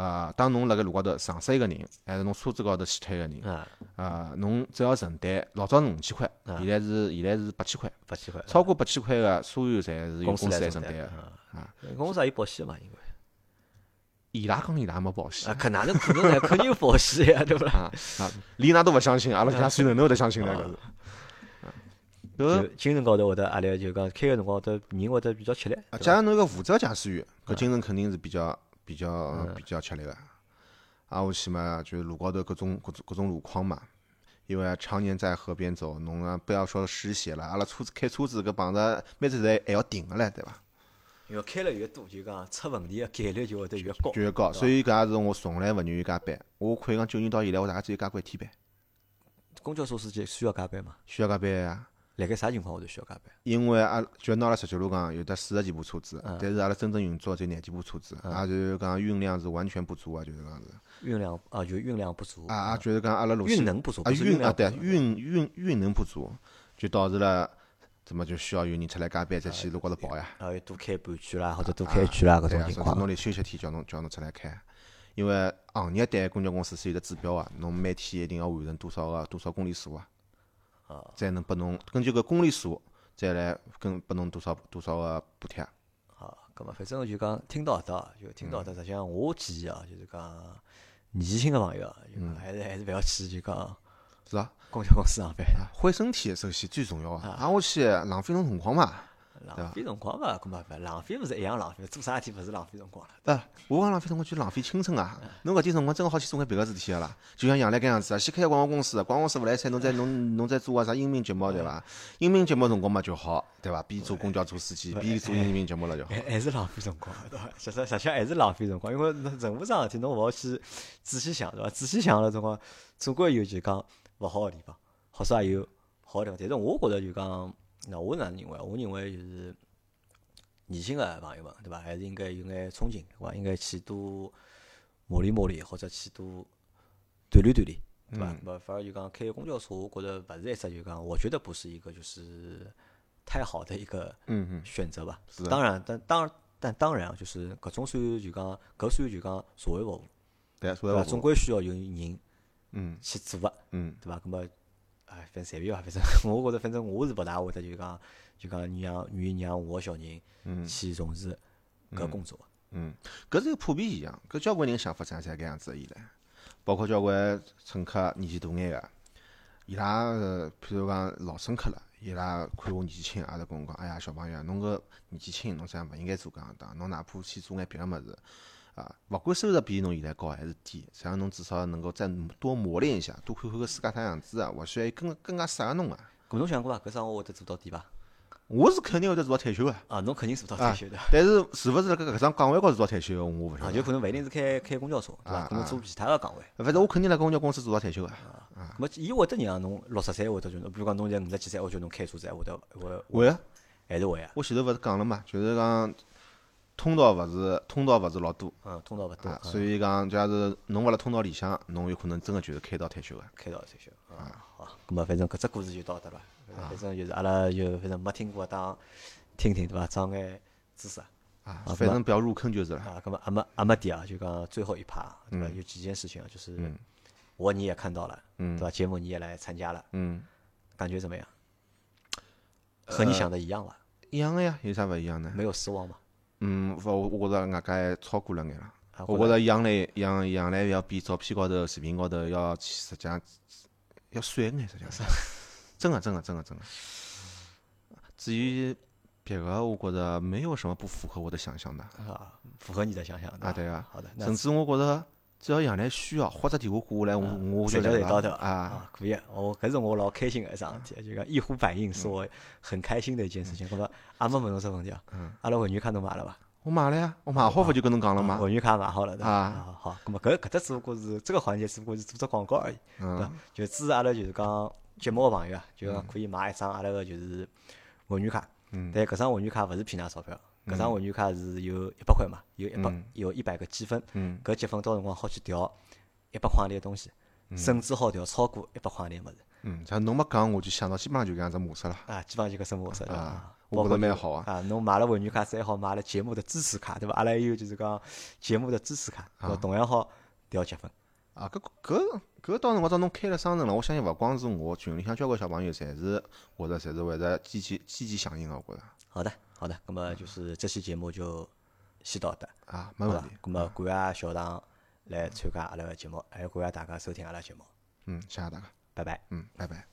啊。当侬辣盖路高头撞死一个人，还是侬车子高头死脱一个人，
啊，
啊，侬只要承担，老早是五千块，
啊
现在是现在是八千块，
八千块，
超过八千块个，所有侪是由
公
司来
来
承担
的
个。
啊，公司也有保险嘛，因为
伊拉讲伊拉没保
[LAUGHS]
险 [LAUGHS]
啊，可哪能可能呢？肯定有保险呀，对不啦？
啊啊，连㑚都勿相信，阿拉其他所有人都会得相信的搿是。搿
就精神高头会得压力，就讲开个辰光，会得人会得比较吃力。
啊，假如侬一个负责驾驶员，搿精神肯定是比较比较比较吃力个。啊，我去嘛，就是路高头各种各种各种路况嘛，因为常年在河边走，侬啊不要说失血了，阿拉车子开车子搿碰着每次侪还要停个唻，对伐？
因为开了越多，就讲出问题的概率就会得越高。
就越高，所以搿也是我从来勿愿意加班。我可以讲九年到现在，我大概只有加过一天班，
公交车司机需要加班嘛？
需要加班啊。
辣盖啥情况下头需要加班？
因为阿拉就拿阿拉十九路讲，有得四十几部车子，
嗯
但是阿拉真正运作只有廿几部车子，也就是讲运量是完全不足啊，就是讲是。
运量啊，就运量不足
啊，啊，就是讲阿拉路线
运能不足，
啊
不是
运啊
量
对
不足
运运运能不足，就导致了怎么就需要有人出来加班再去路高头跑呀，
啊，要多开半圈啦，或者多开一圈啦，搿
啊对
种情
呀，甚至
况。
侬连休息天叫侬叫侬出来开，因为行业对公交公司是有得指标啊，侬每天一定要完成多少个多少公里数啊，才能拨侬根据搿公里数再来跟拨侬多少多少个补贴。
啊，咁么反正就讲听到搿搭，就听
嗯
到搿搭，实际上我建议啊，就是讲年纪轻个朋友啊，就讲
嗯
还是还是勿要去就讲
是啊，
公交公司上班。
啊毁身体首先最重要啊！挨下去浪费侬辰光嘛。
浪费辰光嘛，搿么勿浪费勿是一样浪费，做啥事体勿是浪费辰光了？
呃，我讲浪费辰光就浪费青春啊！侬搿点辰光真个好去做眼别个事体个啦，就像杨澜搿样子啊，先开个广告公司，广告公司勿来三，侬再侬侬再做个啊啥音频节目对伐？音频节目辰光嘛就好对伐？边做公交车司机边做音频节目了就好
还。哎还是浪费辰光，对伐？实实实际还是浪费辰光，因为侬任何桩事体侬勿好去仔细想，对伐？仔细想了辰光，总归有就讲勿好个地方，好啥也有好的地方。但是我觉着就讲，那我哪能认为？啊我认为就是年轻个朋友们，对伐？还是应该有眼憧憬，对伐？应该去多磨练磨练，或者去多锻炼锻炼，对伐？那么反而就讲开个公交车，我觉着勿是一只就讲，我觉得不是一个就是太好的一个
嗯嗯，
选择吧。
是的
当然，但当但当然啊，就是搿种算就讲搿算就讲社会服务，
对，所
对
以
伐？
我
总归需要有人
嗯
去做个，
嗯
对伐？搿么，哎，反正随便伐，反正 [LAUGHS] 我觉着，反正我是勿大会得就讲就讲让愿意让我个小人
嗯
去从事搿工作。
嗯，搿是一个普遍现象，搿交关人想法侪侪搿样子个现在，包括交关乘客年纪大眼个，伊拉呃，譬如讲老乘客了，伊拉看我年纪轻，阿拉跟我讲，哎呀，小朋友啊，侬搿年纪轻，侬这样勿应该做搿样当，侬哪怕去做眼别个物事，啊，勿管收入比侬现在高还是低，实际上侬至少能够再多磨练一下，多看看搿世界啥样子啊，或许还更更加适合侬啊。
搿侬想过伐？搿生活会得做到底伐？
我是肯定会得做到退休啊，
啊，侬肯定做不到退休的，
但是是勿是辣搿搿张岗位高头做到退休，我勿晓
啊，
得。
就可能勿一定是开开公交车，对伐？
啊
可能做其他个岗位。
反正我肯定辣公交公司做到退休啊。
咾么，伊会得让侬六十岁会得就，比如讲侬现在五十几岁，我觉得侬开车子还会得会
会啊，
还是会啊。
我前头勿是讲了嘛，就是讲通道勿是通道勿是老多
嗯，通道勿多
啊，，所以讲假是侬勿辣通道里向，侬有可能真个就是开到退休个。
开到退休
嗯
啊。好，咁么反正搿只故事就到搿搭
啊
伐？反正就是阿拉就反正没听过，当听听对伐？长眼知识啊。
啊，
啊
反正不要入坑就是了。
啊，那么阿玛阿玛迪啊，就刚最后一趴，对
嗯
吧？有几件事情啊，就是我你也看到了，对吧？节目你也来参加了，
嗯，
感觉怎么样？
呃
和你想的一样吧？
一样个呀，有啥勿一样呢？
没有失望吗？
嗯，勿，我我觉着外加还超过了眼了
啊。
我觉着样来样样来要比照片高头、视频高头要去实际上要帅眼，实际上是啊真个真个真个真个。至于别个，我觉着没有什么不符合我的想象的
啊，符合你的想象
啊，对
吧
啊。
好的，那
甚至我觉着只要杨澜需要，或者电话过下来，我我就
就
来
嗯得到
了
头
啊。
啊，可以，我搿是我老开心的一桩事体，就讲一呼百应是
嗯
我很开心的一件事情。那么阿妈问侬只问题啊，
嗯
阿拉会员卡侬买了伐？
我买了呀，我买好勿就跟侬讲了吗？
会员卡买好了对伐？
啊
啊，好，那么搿搿只只不过是这个环节，只不过是做只广告而已。对
嗯
伐？就支持阿拉就是讲节目个朋友啊，就讲可以买一张阿拉个就是会员卡。
嗯
但搿张会员卡勿是骗㑚钞票，搿张会员卡是有一百块嘛，有一百
嗯
有一百个积分。
嗯
搿积分到辰光好去调一百块钿个东西，甚至好调超过一百块钿个物事
嗯，像侬没讲，我就想到基本上就搿样子模式了。
啊，基本上就搿生活式了
啊
啊。
我
包
觉
括
得
就
蛮好啊。
啊，侬买了会员卡之后，还好买了节目的支持卡，对伐？阿拉还有就是讲节目的支持卡，对伐同样好调积分。
啊，搿搿搿到辰光，只要侬开了商城了，我相信勿光是我，群里向交关小朋友侪是或者侪是会得积极积极响应个，我觉着
好的，好的，那么就是这期节目就先到这。
啊，没
好
问
吧
题。？
咁么感谢小唐啊来参加阿拉个节目，还有感谢大家收听阿拉节目，
嗯，谢谢大家。
拜拜。
嗯，拜拜。